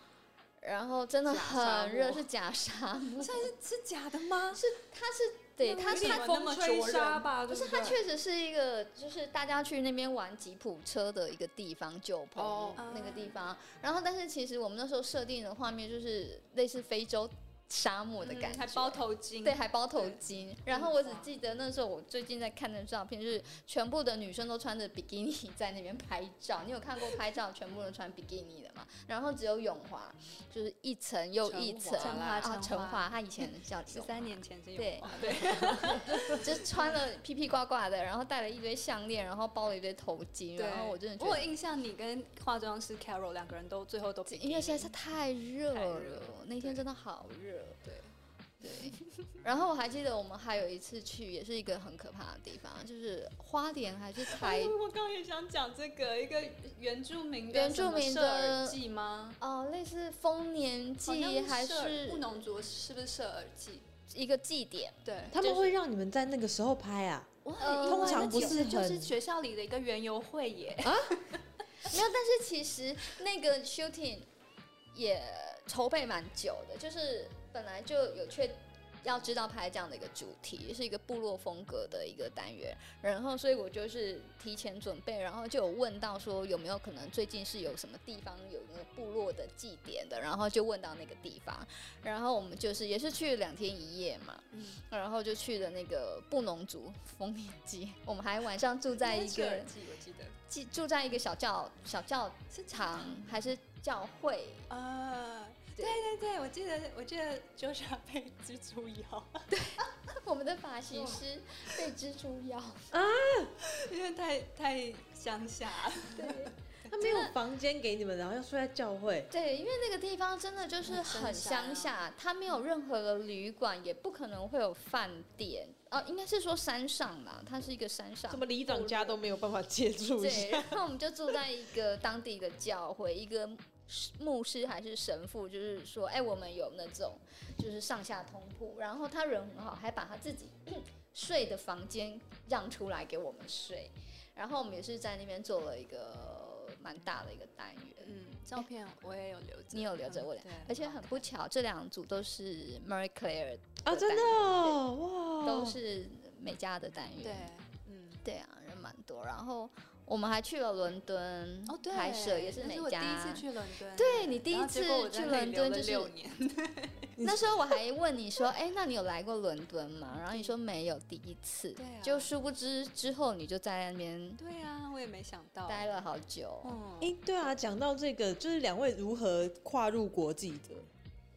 [SPEAKER 2] 然后真的
[SPEAKER 3] 假沙
[SPEAKER 2] 很热，
[SPEAKER 3] 漠
[SPEAKER 2] 是假沙漠，
[SPEAKER 4] 现在是是假的吗？
[SPEAKER 2] 是它是对它
[SPEAKER 4] 是
[SPEAKER 2] 是
[SPEAKER 4] 它那么
[SPEAKER 3] 风吹
[SPEAKER 4] 灼人
[SPEAKER 3] 沙吧，
[SPEAKER 2] 不
[SPEAKER 3] 对
[SPEAKER 2] 是，
[SPEAKER 3] 不
[SPEAKER 2] 它
[SPEAKER 3] 对
[SPEAKER 2] 确实是一个，就是大家去那边玩吉普车的一个地方，九棚、
[SPEAKER 3] 哦
[SPEAKER 2] 那个地方。然后，但是其实我们那时候设定的画面就是类似非洲沙漠的感觉，
[SPEAKER 4] 嗯还包头巾，
[SPEAKER 2] 对，还包头
[SPEAKER 4] 对
[SPEAKER 2] 巾。然后我只记得那时候我最近在看的照片，就是全部的女生都穿着比基尼在那边拍照。你有看过拍照全部都穿比基尼的吗？然后只有永华，就是一层又一层
[SPEAKER 3] 陈华
[SPEAKER 4] 啦
[SPEAKER 2] 啊，
[SPEAKER 4] 陈
[SPEAKER 2] 陈
[SPEAKER 4] 华
[SPEAKER 2] 华，他以前叫
[SPEAKER 4] 十
[SPEAKER 2] 永华
[SPEAKER 4] 三年前是有
[SPEAKER 2] 对
[SPEAKER 4] 花 对，
[SPEAKER 2] 就是穿了披披挂挂的，然后戴了一堆项链，然后包了一堆头巾，
[SPEAKER 4] 对
[SPEAKER 2] 然后我真的觉
[SPEAKER 4] 我
[SPEAKER 2] 得
[SPEAKER 4] 有，印象，你跟化妆师 Carol 两个人都最后都比基尼
[SPEAKER 2] 因为实在是太热
[SPEAKER 4] 嗯太
[SPEAKER 2] 了，
[SPEAKER 4] 热了
[SPEAKER 2] 那天
[SPEAKER 4] 对嗯
[SPEAKER 2] 真的好热。
[SPEAKER 4] 对
[SPEAKER 2] 对，然后我还记得我们还有一次去，也是一个很可怕的地方，就是花莲还是台
[SPEAKER 4] 哎我刚刚也想讲这个，一个原住民的
[SPEAKER 2] 原住民的
[SPEAKER 4] 什么设耳记吗？
[SPEAKER 2] 哦、类似丰年
[SPEAKER 4] 好
[SPEAKER 2] 祭
[SPEAKER 4] 像
[SPEAKER 2] 还
[SPEAKER 4] 设
[SPEAKER 2] 是
[SPEAKER 4] 布农族是不是设耳记？
[SPEAKER 2] 一个祭典，
[SPEAKER 4] 对，
[SPEAKER 1] 他们会让你们在那个时候拍啊？
[SPEAKER 4] 哇
[SPEAKER 2] 呃通
[SPEAKER 1] 常不
[SPEAKER 4] 那其实
[SPEAKER 1] 是
[SPEAKER 4] 就是
[SPEAKER 1] 很
[SPEAKER 4] 学校里的一个园游会耶，
[SPEAKER 2] 没有，但是其实那个 shooting 也筹备蛮久的，就是本来就有确要知道拍这样的一个主题，是一个部落风格的一个单元，然后所以我就是提前准备，然后就有问到说有没有可能最近是有什么地方有那个部落的祭典的，然后就问到那个地方，然后我们就是也是去了两天一夜嘛，
[SPEAKER 4] 嗯
[SPEAKER 2] 然后就去了那个布农族丰年祭，我们还晚上住 在一
[SPEAKER 4] 设耳
[SPEAKER 2] 个
[SPEAKER 4] 记，我记得
[SPEAKER 2] 寄住在一个小教小教
[SPEAKER 4] 是
[SPEAKER 2] 堂还是教会？
[SPEAKER 4] 啊。
[SPEAKER 2] 对
[SPEAKER 4] 对对对，我记得我记得 Joshua 被蜘蛛咬，
[SPEAKER 2] 我们的发型师被蜘蛛 咬，
[SPEAKER 4] 因为太太乡下了。
[SPEAKER 1] 他没有房间给你们，然后要睡在教会。
[SPEAKER 2] 对，因为那个地方真的就是很
[SPEAKER 4] 很
[SPEAKER 2] 乡
[SPEAKER 4] 乡
[SPEAKER 2] 下，它没有任何的旅馆，也不可能会有饭店。哦、应该是说山上啦，它是一个山上
[SPEAKER 1] 啊什。么里长家都没有办法接触一
[SPEAKER 2] 对，
[SPEAKER 1] 下，
[SPEAKER 2] 然后我们就住在一个当地的教会，一个牧师还是神父，就是说，哎，我们有那种就是上下通铺，然后他人很好，还把他自己 睡的房间让出来给我们睡，然后我们也是在那边做了一个蛮大的一个单元，
[SPEAKER 4] 嗯，照片我也有留着，
[SPEAKER 2] 你有留着
[SPEAKER 4] 嗯
[SPEAKER 2] 我俩
[SPEAKER 4] 对
[SPEAKER 2] 而且
[SPEAKER 4] 好
[SPEAKER 2] 很
[SPEAKER 4] 看
[SPEAKER 2] 不巧，这两组都是 Mary Claire
[SPEAKER 1] 啊， 真的哦哇，
[SPEAKER 2] 都是美加的单元，
[SPEAKER 4] 对，嗯，
[SPEAKER 2] 对啊，人蛮多，然后。我们还去了伦敦
[SPEAKER 4] 哦对，
[SPEAKER 2] 拍摄也是
[SPEAKER 4] 那
[SPEAKER 2] 美
[SPEAKER 4] 我第
[SPEAKER 2] 加。
[SPEAKER 4] 一次去伦敦，
[SPEAKER 2] 对你第一
[SPEAKER 4] 然后结果
[SPEAKER 2] 次
[SPEAKER 4] 我在
[SPEAKER 2] 去
[SPEAKER 4] 那里
[SPEAKER 2] 伦敦
[SPEAKER 4] 留了
[SPEAKER 2] 就是
[SPEAKER 4] 六年，
[SPEAKER 2] 那时候我还问你说，哎、那你有来过伦敦吗？然后你说没有，第一次。
[SPEAKER 4] 对啊
[SPEAKER 2] 就殊不知之后你就在那边
[SPEAKER 4] 对啊，我也没想到，
[SPEAKER 2] 待了好久。
[SPEAKER 4] 嗯，
[SPEAKER 1] 哎，对啊，讲到这个，就是两位如何跨入国际的？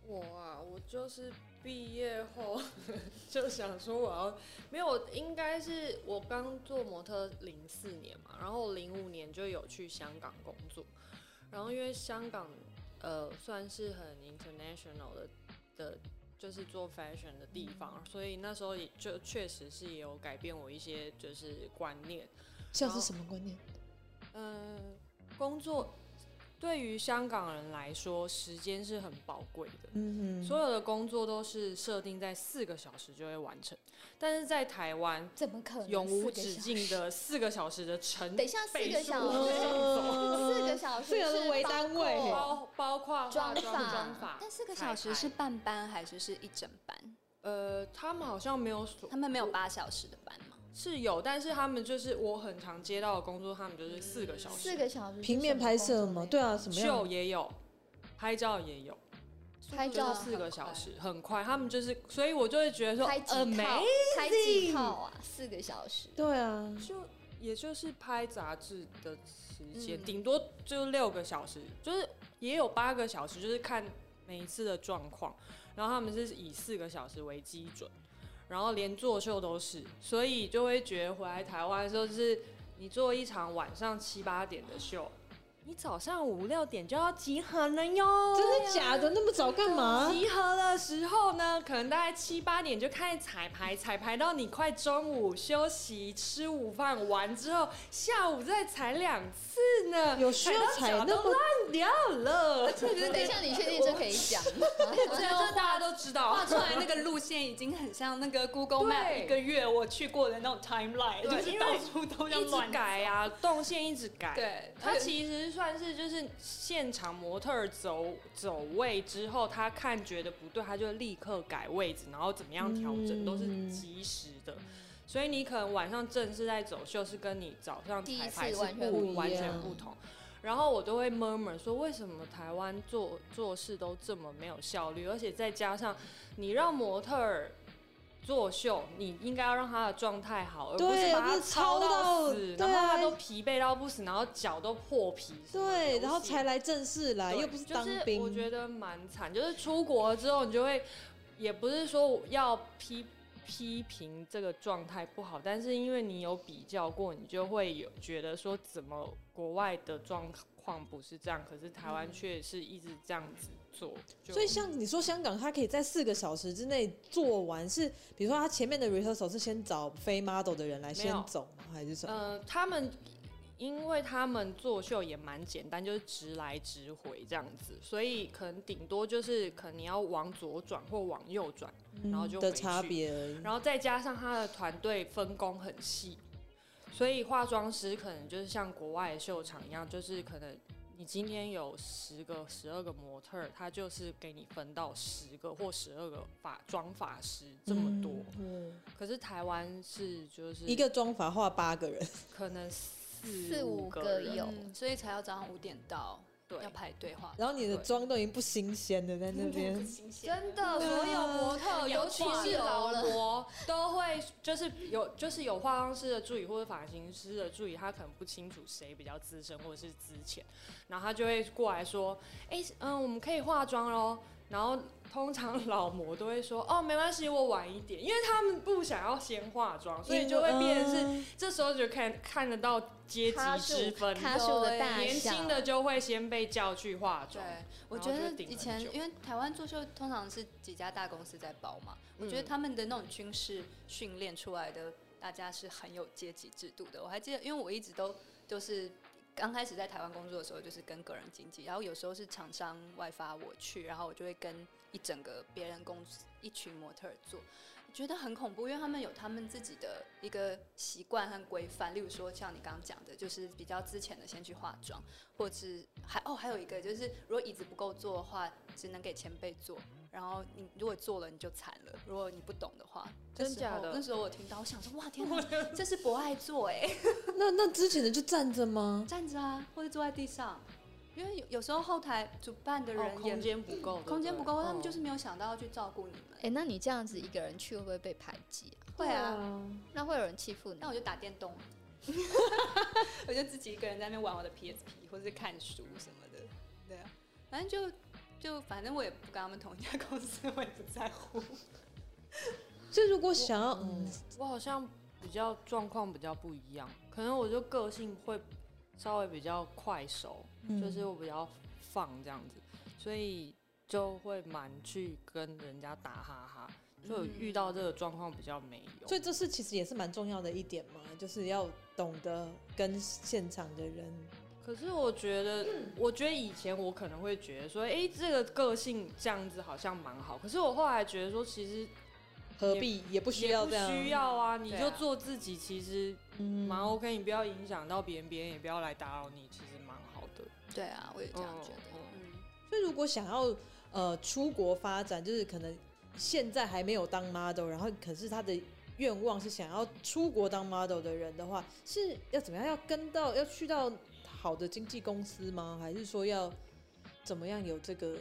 [SPEAKER 3] 我啊，我就是毕业后 就想说我要没有，应该是我刚做模特零四年嘛，然后零五年就有去香港工作，然后因为香港呃算是很 international 的的，就是做 fashion 的地方，所以那时候也就确实是也有改变我一些就是观念，
[SPEAKER 1] 这
[SPEAKER 2] 哦
[SPEAKER 1] 是什么观念？
[SPEAKER 3] 嗯，工作对于香港人来说，时间是很宝贵的。
[SPEAKER 1] 嗯
[SPEAKER 3] 所有的工作都是设定在四个小时就会完成，但是在台湾
[SPEAKER 2] 怎么可能？
[SPEAKER 3] 永无
[SPEAKER 2] 四个
[SPEAKER 3] 止
[SPEAKER 2] 小
[SPEAKER 3] 境的四个小时的乘
[SPEAKER 2] 时。等一下，四
[SPEAKER 3] 倍
[SPEAKER 2] 个
[SPEAKER 3] 数
[SPEAKER 2] 小
[SPEAKER 3] 往
[SPEAKER 2] 时，
[SPEAKER 1] 嗯
[SPEAKER 2] 四个小时
[SPEAKER 1] 这个是为单
[SPEAKER 2] 包括
[SPEAKER 1] 位
[SPEAKER 3] 包包括化
[SPEAKER 2] 妆
[SPEAKER 3] 妆
[SPEAKER 2] 法
[SPEAKER 3] 妆法，
[SPEAKER 4] 但四个
[SPEAKER 3] 彩
[SPEAKER 4] 小时
[SPEAKER 3] 排
[SPEAKER 4] 是半班还是是一整班？
[SPEAKER 3] 呃，他们好像没有所
[SPEAKER 4] 他们没有八小时的班吗？
[SPEAKER 3] 是有，但是他们就是我很常接到的工作，他们就是四个小
[SPEAKER 2] 四
[SPEAKER 3] 时，
[SPEAKER 2] 个小时是
[SPEAKER 1] 平面
[SPEAKER 2] 什么
[SPEAKER 1] 拍摄
[SPEAKER 2] 工作
[SPEAKER 1] 吗？
[SPEAKER 2] 内
[SPEAKER 1] 对啊，什么
[SPEAKER 3] 秀
[SPEAKER 1] 样？
[SPEAKER 3] 也有，拍照也有，
[SPEAKER 2] 容，拍
[SPEAKER 3] 就
[SPEAKER 2] 照
[SPEAKER 3] 是四个小时很快，他们就是，所以我就会觉得说
[SPEAKER 2] 拍几套
[SPEAKER 3] amazing，，
[SPEAKER 2] 拍几套啊？四个小时，
[SPEAKER 1] 对啊，
[SPEAKER 3] 就也就是拍杂志的时间，
[SPEAKER 4] 嗯
[SPEAKER 3] 顶、多就六个小时，就是也有八个小时，就是看每一次的状况。然后他们是以四个小时为基准，然后连作秀都是，所以就会觉得回来台湾的时候，就是你做一场晚上七八点的秀，你早上五六点就要集合了哟，
[SPEAKER 1] 真的假的？那么早干嘛？
[SPEAKER 3] 集合的时候呢，可能大概七八点就开始彩排，彩排到你快中午休息吃午饭完之后，下午再踩两次呢，
[SPEAKER 1] 啊有需要踩
[SPEAKER 3] 到脚
[SPEAKER 1] 那
[SPEAKER 3] 都
[SPEAKER 1] 么
[SPEAKER 3] 烂掉 了。
[SPEAKER 2] 这个等一下，你确定这可以讲吗？
[SPEAKER 3] 这这大家都知道，
[SPEAKER 4] 画出来那个路线已经很像那个 Google Map
[SPEAKER 3] 对
[SPEAKER 4] 一个月我去过的那种 timeline，
[SPEAKER 3] 对
[SPEAKER 4] 就是
[SPEAKER 3] 因为
[SPEAKER 4] 到处都要
[SPEAKER 3] 一直
[SPEAKER 4] 乱
[SPEAKER 3] 改啊，动线一直改。
[SPEAKER 4] 对，
[SPEAKER 3] 它其实算是就是现场模特儿走走位之后，他看觉得不对，他就立刻改位置，然后怎么样调
[SPEAKER 1] 嗯
[SPEAKER 3] 整、都是及时的。所以你可能晚上正式在走秀，是跟你早上
[SPEAKER 2] 第一
[SPEAKER 3] 彩
[SPEAKER 2] 次
[SPEAKER 3] 排是
[SPEAKER 2] 完全
[SPEAKER 3] 不
[SPEAKER 1] 不一
[SPEAKER 3] 完全
[SPEAKER 1] 样
[SPEAKER 3] 不同。然后我都会 murmur 说，为什么台湾做做事都这么没有效率？而且再加上你让模特儿作秀，你应该要让他的状态好，而
[SPEAKER 1] 对
[SPEAKER 3] 不是把
[SPEAKER 1] 而
[SPEAKER 3] 他
[SPEAKER 1] 不是操
[SPEAKER 3] 到
[SPEAKER 1] 到
[SPEAKER 3] 死，
[SPEAKER 1] 对
[SPEAKER 3] 然后他
[SPEAKER 1] 啊
[SPEAKER 3] 都疲惫到不行，然后脚都破皮什么的，
[SPEAKER 1] 对，
[SPEAKER 3] 流
[SPEAKER 1] 然后
[SPEAKER 3] 血
[SPEAKER 1] 才来正式来，
[SPEAKER 3] 对
[SPEAKER 1] 又不是当兵。
[SPEAKER 3] 就是、我觉得蛮惨，就是出国之后你就会，也不是说要批批评这个状态不好，但是因为你有比较过，你就会有觉得说怎么国外的状况不是这样，可是台湾却是一直这样子做，就
[SPEAKER 1] 嗯所以像你说香港，它可以在四个小时之内做完，是比如说它前面的 rehearsal 是先找非 model 的人来
[SPEAKER 3] 没
[SPEAKER 1] 先
[SPEAKER 3] 有
[SPEAKER 1] 走吗？还是什么？
[SPEAKER 3] 呃，他们因为他们作秀也蛮简单，就是直来直回这样子，所以可能顶多就是可能你要往左转或往右转，嗯然后就
[SPEAKER 1] 的
[SPEAKER 3] 回
[SPEAKER 1] 差
[SPEAKER 3] 去
[SPEAKER 1] 别嗯而已。
[SPEAKER 3] 然后再加上他的团队分工很细，所以化妆师可能就是像国外的秀场一样，就是可能你今天有十个、十二个模特儿，他就是给你分到十个或十二个发妆发师这么多。
[SPEAKER 1] 嗯，
[SPEAKER 3] 可是台湾是就是
[SPEAKER 1] 一个妆法画八个人，
[SPEAKER 3] 可能四
[SPEAKER 2] 四五
[SPEAKER 3] 五
[SPEAKER 2] 个
[SPEAKER 3] 人
[SPEAKER 2] 有
[SPEAKER 4] 嗯所以才要早上五点到，
[SPEAKER 3] 对
[SPEAKER 4] 要排队化
[SPEAKER 1] 然后你的
[SPEAKER 3] 对
[SPEAKER 1] 妆都已经不新鲜了，在那 边。
[SPEAKER 2] 真的，所
[SPEAKER 3] 所有
[SPEAKER 2] 有
[SPEAKER 3] 模
[SPEAKER 2] 模
[SPEAKER 3] 特，
[SPEAKER 2] 特，
[SPEAKER 4] 嗯
[SPEAKER 3] 尤
[SPEAKER 2] 尤
[SPEAKER 3] 其
[SPEAKER 2] 其
[SPEAKER 3] 是
[SPEAKER 2] 是老
[SPEAKER 3] 劳
[SPEAKER 2] 了，
[SPEAKER 3] 模，都会就是有就是有化妆师的助理或者发型师的助理，他可能不清楚谁比较资深或者是资浅，然后他就会过来说：“哎、嗯，我们可以化妆喽。”然后通常老模都会说：“哦，没关系，我晚一点，因为他们不想要先化妆，所以就会变成是、
[SPEAKER 1] 嗯
[SPEAKER 3] 这时候就看看得到阶级
[SPEAKER 2] 咖
[SPEAKER 3] 之
[SPEAKER 2] 数
[SPEAKER 3] 分，
[SPEAKER 2] 咖数的大小，
[SPEAKER 3] 年轻的就会先被叫去化妆。
[SPEAKER 4] 对，我
[SPEAKER 3] 然
[SPEAKER 4] 觉
[SPEAKER 3] 后就
[SPEAKER 4] 得
[SPEAKER 3] 会顶
[SPEAKER 4] 以
[SPEAKER 3] 很
[SPEAKER 4] 前
[SPEAKER 3] 久
[SPEAKER 4] 因为台湾作秀通常是几家大公司在包嘛，我觉得
[SPEAKER 3] 嗯
[SPEAKER 4] 他们的那种军事训练出来的，大家是很有阶级制度的。我还记得，因为我一直都都是刚开始在台湾工作的时候，就是跟个人经纪，然后有时候是厂商外发我去，然后我就会跟一整个别人公司一群模特儿做。我觉得很恐怖，因为他们有他们自己的一个习惯和规范，例如说像你刚刚讲的，就是比较之前的先去化妆，或者还哦还有一个就是，如果椅子不够坐的话，只能给前辈坐。然后你如果做了你就惨了，如果你不懂的话，这
[SPEAKER 3] 真
[SPEAKER 4] 时
[SPEAKER 3] 假
[SPEAKER 4] 候
[SPEAKER 3] 的
[SPEAKER 4] 那时候我听到，我想说哇天 哪，这是博爱座哎、
[SPEAKER 1] 嗯那那之前的就站着吗？
[SPEAKER 4] 站着啊，或者坐在地上，因为有有时候后台主办的
[SPEAKER 3] 哦
[SPEAKER 4] 人也、
[SPEAKER 3] 空间不够，对不
[SPEAKER 4] 空间不够，
[SPEAKER 3] 对
[SPEAKER 4] 他们就
[SPEAKER 3] 嗯
[SPEAKER 4] 是没有想到要去照顾你们。
[SPEAKER 2] 哎、那你这样子一个人去会不会被排挤、啊？
[SPEAKER 4] 会啊，
[SPEAKER 1] 啊，
[SPEAKER 2] 那会有人欺负你
[SPEAKER 4] 那？我就打电动，我就自己一个人在那边玩我的 PSP 或者是看书什么的，对啊，反正就就反正我也不跟他们同一家公司，我也不在乎。
[SPEAKER 1] 所以如果想要，嗯
[SPEAKER 3] 我好像比较状况比较不一样，可能我就个性会稍微比较快熟，
[SPEAKER 1] 嗯
[SPEAKER 4] 嗯
[SPEAKER 3] 就是我比较放这样子，所以就会蛮去跟人家打哈哈。所以
[SPEAKER 4] 嗯
[SPEAKER 3] 我遇到这个状况比较没有，
[SPEAKER 1] 所以这是其实也是蛮重要的一点嘛，就是要懂得跟现场的人
[SPEAKER 3] 可是我觉得，我觉得以前我可能会觉得说，哎、这个个性这样子好像蛮好。可是我后来觉得说，其实
[SPEAKER 1] 何必也不需要
[SPEAKER 3] 也
[SPEAKER 1] 这样，
[SPEAKER 3] 不需要啊，你
[SPEAKER 4] 对
[SPEAKER 3] 就
[SPEAKER 4] 啊
[SPEAKER 3] 做自己，其实
[SPEAKER 1] 嗯
[SPEAKER 3] 蛮 OK，你不要影响到别人，别人也不要来打扰你，其实蛮好的。
[SPEAKER 4] 对啊，我也这样觉得。
[SPEAKER 3] 嗯
[SPEAKER 4] 嗯，
[SPEAKER 1] 所以如果想要呃出国发展，就是可能现在还没有当 model，然后可是他的愿望是想要出国当 model 的人的话，是要怎么样？要跟到要去到好的经纪公司吗？还是说要怎么样有这个？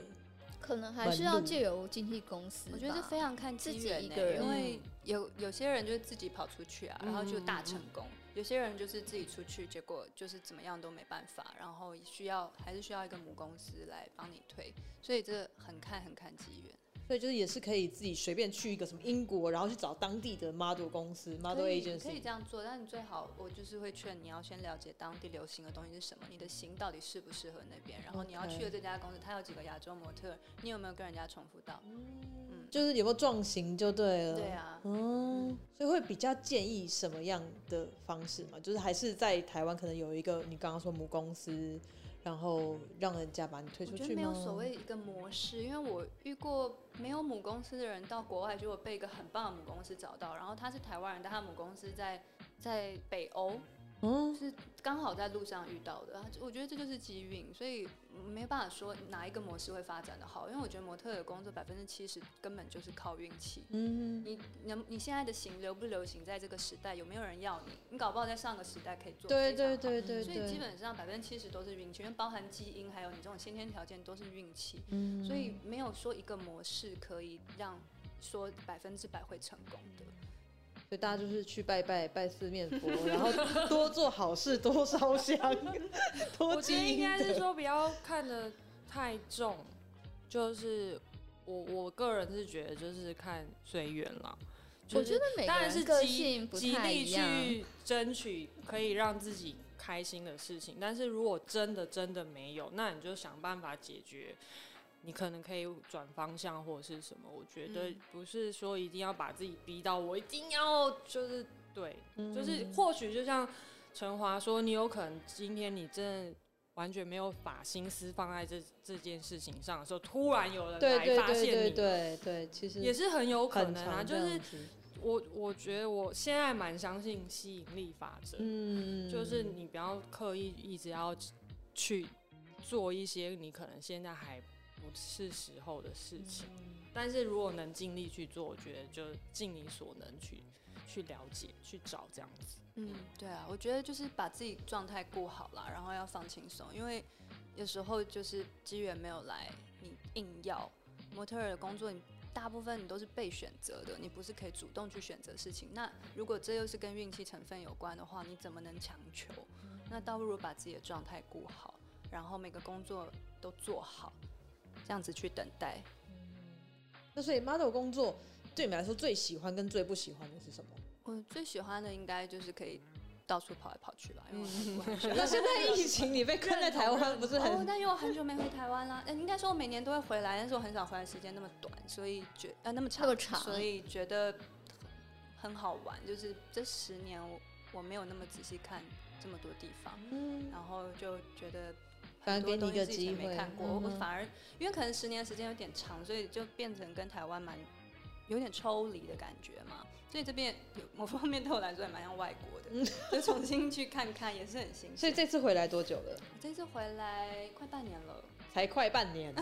[SPEAKER 2] 可能还是要借由经纪公司吧。
[SPEAKER 4] 我觉得这非常看
[SPEAKER 2] 自
[SPEAKER 4] 机
[SPEAKER 2] 己
[SPEAKER 4] 缘
[SPEAKER 2] 一
[SPEAKER 4] 呢
[SPEAKER 2] 个人
[SPEAKER 4] 因
[SPEAKER 1] 嗯
[SPEAKER 4] 为有有些人就是自己跑出去啊，然后就大
[SPEAKER 3] 嗯
[SPEAKER 4] 成功；有些人就是自己出去，结果就是怎么样都没办法，然后需要还是需要一个母公司来帮你推，所以这很看很看机缘。
[SPEAKER 1] 所以就是也是可以自己随便去一个什么英国，然后去找当地的 model 公司 model
[SPEAKER 4] 可以
[SPEAKER 1] agency，
[SPEAKER 4] 可以这样做，但你最好我就是会劝你要先了解当地流行的东西是什么，你的型到底适不适合那边，然后你要
[SPEAKER 1] OK
[SPEAKER 4] 去的这家公司，它有几个亚洲模特，你有没有跟人家重复到？嗯，
[SPEAKER 1] 就是有没有撞型就对了。
[SPEAKER 4] 对。啊，
[SPEAKER 1] 嗯，所以会比较建议什么样的方式嘛？就是还是在台湾可能有一个你刚刚说母公司，然后让人家把你推
[SPEAKER 4] 我
[SPEAKER 1] 出
[SPEAKER 4] 觉
[SPEAKER 1] 去吗？啊
[SPEAKER 4] 得没有所谓一个模式，因为我遇过没有母公司的人到国外，结果被一个很棒的母公司找到，然后他是台湾人，但他母公司在在北欧，
[SPEAKER 1] 嗯，
[SPEAKER 4] 是刚好在路上遇到的。我觉得这就是机运，所以没办法说哪一个模式会发展的好，因为我觉得模特的工作百分之七十根本就是靠运气。
[SPEAKER 1] 嗯，
[SPEAKER 4] 你能你现在的型流不流行，在这个时代有没有人要你？你搞不好在上个时代可以做
[SPEAKER 1] 对
[SPEAKER 4] 非常
[SPEAKER 1] 对
[SPEAKER 4] 好。
[SPEAKER 1] 对对
[SPEAKER 4] 所以基
[SPEAKER 1] 对，
[SPEAKER 4] 本上百分之七十都是运气，因为包含基因还有你这种先天条件都是运气，
[SPEAKER 1] 嗯
[SPEAKER 4] 所以没有说一个模式可以让说百分之百会成功的。
[SPEAKER 1] 所以大家就是去拜拜拜四面佛，然 后多做好事，多烧香，多
[SPEAKER 3] 我觉得
[SPEAKER 1] 积
[SPEAKER 3] 应该
[SPEAKER 1] 阴
[SPEAKER 3] 是
[SPEAKER 1] 德。
[SPEAKER 3] 说不要看得太重，就是我我个人是觉得就是看随缘啦。
[SPEAKER 2] 我
[SPEAKER 3] 就
[SPEAKER 2] 觉
[SPEAKER 3] 是
[SPEAKER 2] 得每个
[SPEAKER 3] 当然是
[SPEAKER 2] 人个
[SPEAKER 3] 极
[SPEAKER 2] 性不
[SPEAKER 3] 极
[SPEAKER 2] 太
[SPEAKER 3] 力
[SPEAKER 2] 一样，
[SPEAKER 3] 去争取可以让自己开心的事情，但是如果真的真的没有，那你就想办法解决。你可能可以转方向或者是什么，我觉得
[SPEAKER 4] 嗯
[SPEAKER 3] 不是说一定要把自己逼到我一定要就是对，
[SPEAKER 1] 嗯
[SPEAKER 3] 就是或许就像陈华说，你有可能今天你真的完全没有把心思放在这这件事情上的时候，突然有人
[SPEAKER 1] 对
[SPEAKER 3] 来
[SPEAKER 1] 对
[SPEAKER 3] 发
[SPEAKER 1] 对
[SPEAKER 3] 现
[SPEAKER 1] 对
[SPEAKER 3] 你，
[SPEAKER 1] 对对，其实
[SPEAKER 3] 也是很有可
[SPEAKER 1] 很
[SPEAKER 3] 能啊。
[SPEAKER 1] 常这
[SPEAKER 3] 就
[SPEAKER 1] 样
[SPEAKER 3] 是
[SPEAKER 1] 子
[SPEAKER 3] 我我觉得我现在蛮相信吸引力法则，
[SPEAKER 1] 嗯，
[SPEAKER 3] 就是你不要刻意一直要去做一些你可能现在还不是时候的
[SPEAKER 1] 嗯
[SPEAKER 3] 事情，但是如果能尽力去做，我觉得就尽你所能去去了解、去找这样子。
[SPEAKER 4] 嗯，对啊，我觉得就是把自己状态顾好啦，然后要放轻松，因为有时候就是机缘没有来，你硬要模特儿的工作，你大部分你都是被选择的，你不是可以主动去选择事情。那如果这又是跟运气成分有关的话，你怎么能强求？嗯那倒不如把自己的状态顾好，然后每个工作都做好，这样子去等待。
[SPEAKER 1] 那所以 model 工作对你们来说最喜欢跟最不喜欢的是什么？
[SPEAKER 4] 我最喜欢的应该就是可以到处跑来跑去吧，因 为我我很喜欢
[SPEAKER 1] 那现在疫情你被困在台湾，不是
[SPEAKER 4] 哦
[SPEAKER 1] 很，
[SPEAKER 4] 但因为我很久没回台湾啦，呃应该说我每年都会回来，但是我很少回来时间那么短，所以觉呃那么长，
[SPEAKER 2] 那么长
[SPEAKER 4] 所以觉得很好玩。就是这十年我我没有那么仔细看这么多地方，
[SPEAKER 1] 嗯
[SPEAKER 4] 然后就觉得
[SPEAKER 1] 反而
[SPEAKER 4] 很多
[SPEAKER 1] 给你一
[SPEAKER 4] 东
[SPEAKER 1] 个
[SPEAKER 4] 西是以
[SPEAKER 1] 机
[SPEAKER 4] 前
[SPEAKER 1] 会
[SPEAKER 4] 没看过，
[SPEAKER 1] 嗯
[SPEAKER 4] 我
[SPEAKER 1] 哼
[SPEAKER 4] 反而因为可能十年时间有点长，所以就变成跟台湾蛮有点抽离的感觉嘛。所以这边有 某方面对我来说也蛮像外国的，就重新去看看也是很新鲜。
[SPEAKER 1] 嗯所以这次回来多久了？
[SPEAKER 4] 这次回来快半年了。
[SPEAKER 1] 才快半年，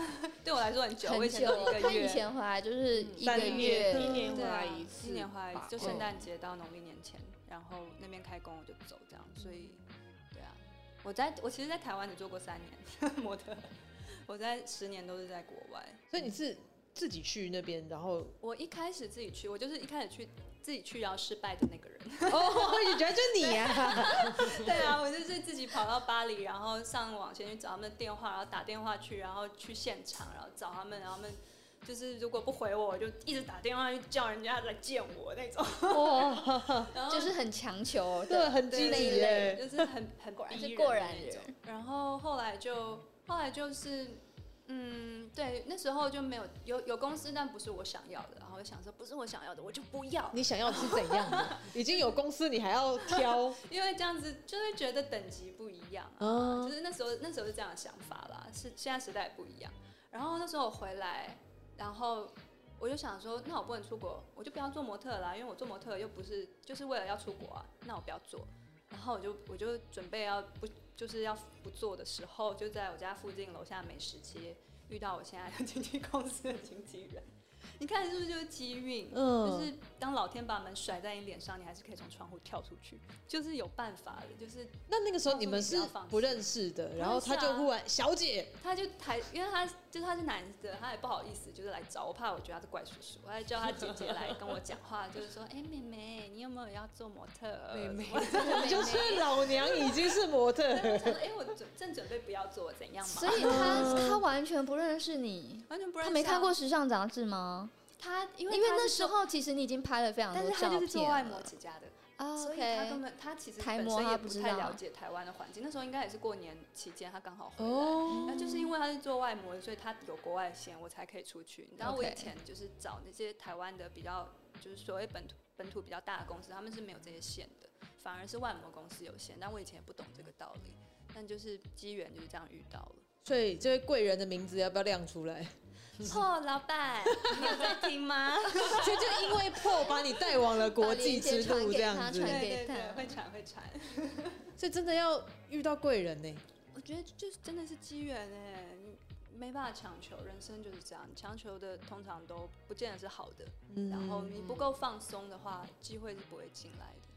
[SPEAKER 4] 对我来说很久，我
[SPEAKER 2] 很
[SPEAKER 4] 以前
[SPEAKER 2] 久
[SPEAKER 4] 都
[SPEAKER 2] 他
[SPEAKER 4] 一个
[SPEAKER 2] 以
[SPEAKER 4] 月，
[SPEAKER 2] 前回来就是一个
[SPEAKER 1] 三
[SPEAKER 2] 嗯月，
[SPEAKER 3] 一年回
[SPEAKER 4] 对啊
[SPEAKER 3] 来一次吧，
[SPEAKER 4] 一年回来就
[SPEAKER 3] 嗯
[SPEAKER 4] 圣诞节到农历年前，然后那边开工我就走这样，所以对啊，我在我其实，在台湾只做过三年 模特，我在十年都是在国外。
[SPEAKER 1] 所以你是自己去那边，然 后
[SPEAKER 4] 我一开始自己去，我就是一开始去自己去，然后失败的那个 人。
[SPEAKER 1] 哦，你觉得就你 啊？
[SPEAKER 4] 对啊，我就是自己跑到巴黎，然后上网先去找他们的电话，然后打电话去，然后去现场，然后找他们，然后他们就是如果不回我，我就一直打电话去叫人家来见我那种。
[SPEAKER 1] 哇，
[SPEAKER 4] 然后
[SPEAKER 2] 哦就是很强求
[SPEAKER 1] 这
[SPEAKER 2] 的，
[SPEAKER 1] 个很积
[SPEAKER 2] 那一
[SPEAKER 1] 极
[SPEAKER 2] 类
[SPEAKER 1] 耶！
[SPEAKER 4] 就是很很
[SPEAKER 2] 果然
[SPEAKER 4] 逼
[SPEAKER 2] 是
[SPEAKER 4] 人
[SPEAKER 2] 过
[SPEAKER 4] 的
[SPEAKER 2] 然
[SPEAKER 4] 那
[SPEAKER 2] 人
[SPEAKER 4] 种。然后后来就后来就是，嗯，对，那时候就没有有有公司，但不是我想要的。然后我想说，不是我想要的，我就不要，
[SPEAKER 1] 你想要是怎样 的？已经有公司，你还要 挑？
[SPEAKER 4] 因为这样子就会觉得等级不一样啊。就
[SPEAKER 1] 嗯，
[SPEAKER 4] 是那时候那时候是这样的想法啦，是现在时代也不一样。然后那时候我回来，然后我就想说，那我不能出国，我就不要做模特啦，因为我做模特又不是就是为了要出国啊，那我不要做。然后我就我就准备要不就是要不做的时候，就在我家附近楼下美食街遇到我现在的经纪公司的经纪人。你看是不是就是机运？
[SPEAKER 1] 嗯
[SPEAKER 4] 就是当老天把门甩在你脸上，你还是可以从窗户跳出去，就是有办法的，就是
[SPEAKER 1] 那那个时候你们是
[SPEAKER 4] 告诉你不要放弃
[SPEAKER 1] 不认识的，然后他就忽然小姐，
[SPEAKER 4] 他就台，因为他就是他是男的，他也不好意思，就是来找我，怕我觉得他是怪叔叔，我还叫他姐姐来跟我讲话，就是说，哎、妹妹，你有没有要做模特儿？
[SPEAKER 3] 妹妹
[SPEAKER 4] 什么的
[SPEAKER 1] 你就是老 娘已经是模特
[SPEAKER 4] 对我
[SPEAKER 1] 了，
[SPEAKER 4] 想说，哎、我准正准备不要做，怎样嘛？
[SPEAKER 2] 嗯所以他他完全不认识你，
[SPEAKER 4] 完全不认识啊
[SPEAKER 2] 他没看过时尚杂志吗？
[SPEAKER 4] 他
[SPEAKER 2] 因
[SPEAKER 4] 因为
[SPEAKER 2] 为
[SPEAKER 4] 他
[SPEAKER 2] 那
[SPEAKER 4] 是
[SPEAKER 2] 时
[SPEAKER 4] 做，
[SPEAKER 2] 候其实你已经拍了非常
[SPEAKER 4] 但
[SPEAKER 2] 多
[SPEAKER 4] 是他
[SPEAKER 2] 照
[SPEAKER 4] 就是做外
[SPEAKER 2] 片
[SPEAKER 4] 模
[SPEAKER 2] 了
[SPEAKER 4] 起家的，
[SPEAKER 2] 啊
[SPEAKER 4] 所以他根
[SPEAKER 2] ，OK，
[SPEAKER 4] 本他其实
[SPEAKER 2] 台
[SPEAKER 4] 本
[SPEAKER 2] 模
[SPEAKER 4] 身
[SPEAKER 2] 他
[SPEAKER 4] 也
[SPEAKER 2] 不
[SPEAKER 4] 哦不
[SPEAKER 2] 知
[SPEAKER 4] 太
[SPEAKER 2] 道
[SPEAKER 4] 了解台湾的环境。那时候应该也是过年期间，他刚好回来。
[SPEAKER 1] 哦，
[SPEAKER 4] 那就是因为他是做外模，所以他有国外线，我才可以出去。你知道我
[SPEAKER 2] OK
[SPEAKER 4] 以前就是找那些台湾的比较，就是所谓本土本土比较大的公司，他们是没有这些线的，反而是外模公司有线。但我以前也不懂这个道理，但就是机缘就是这样遇到了。
[SPEAKER 1] 所以这位贵人的名字要不要亮出来？
[SPEAKER 4] 哦，老板，你有在听吗？
[SPEAKER 1] 所以就因为破把你带往了国
[SPEAKER 2] 把链
[SPEAKER 1] 际
[SPEAKER 2] 接
[SPEAKER 1] 之
[SPEAKER 2] 传
[SPEAKER 1] 路
[SPEAKER 2] 给
[SPEAKER 1] 这
[SPEAKER 2] 他
[SPEAKER 1] 样子
[SPEAKER 2] 传，
[SPEAKER 4] 对
[SPEAKER 2] 给
[SPEAKER 4] 对对，
[SPEAKER 2] 他
[SPEAKER 4] 会传会传。
[SPEAKER 1] 所以真的要遇到贵人呢。
[SPEAKER 4] 我觉得就是真的是机缘哎，你没办法强求，人生就是这样，你强求的通常都不见得是好的。
[SPEAKER 1] 嗯
[SPEAKER 4] 然后你不够放松的话，机会是不会进来的。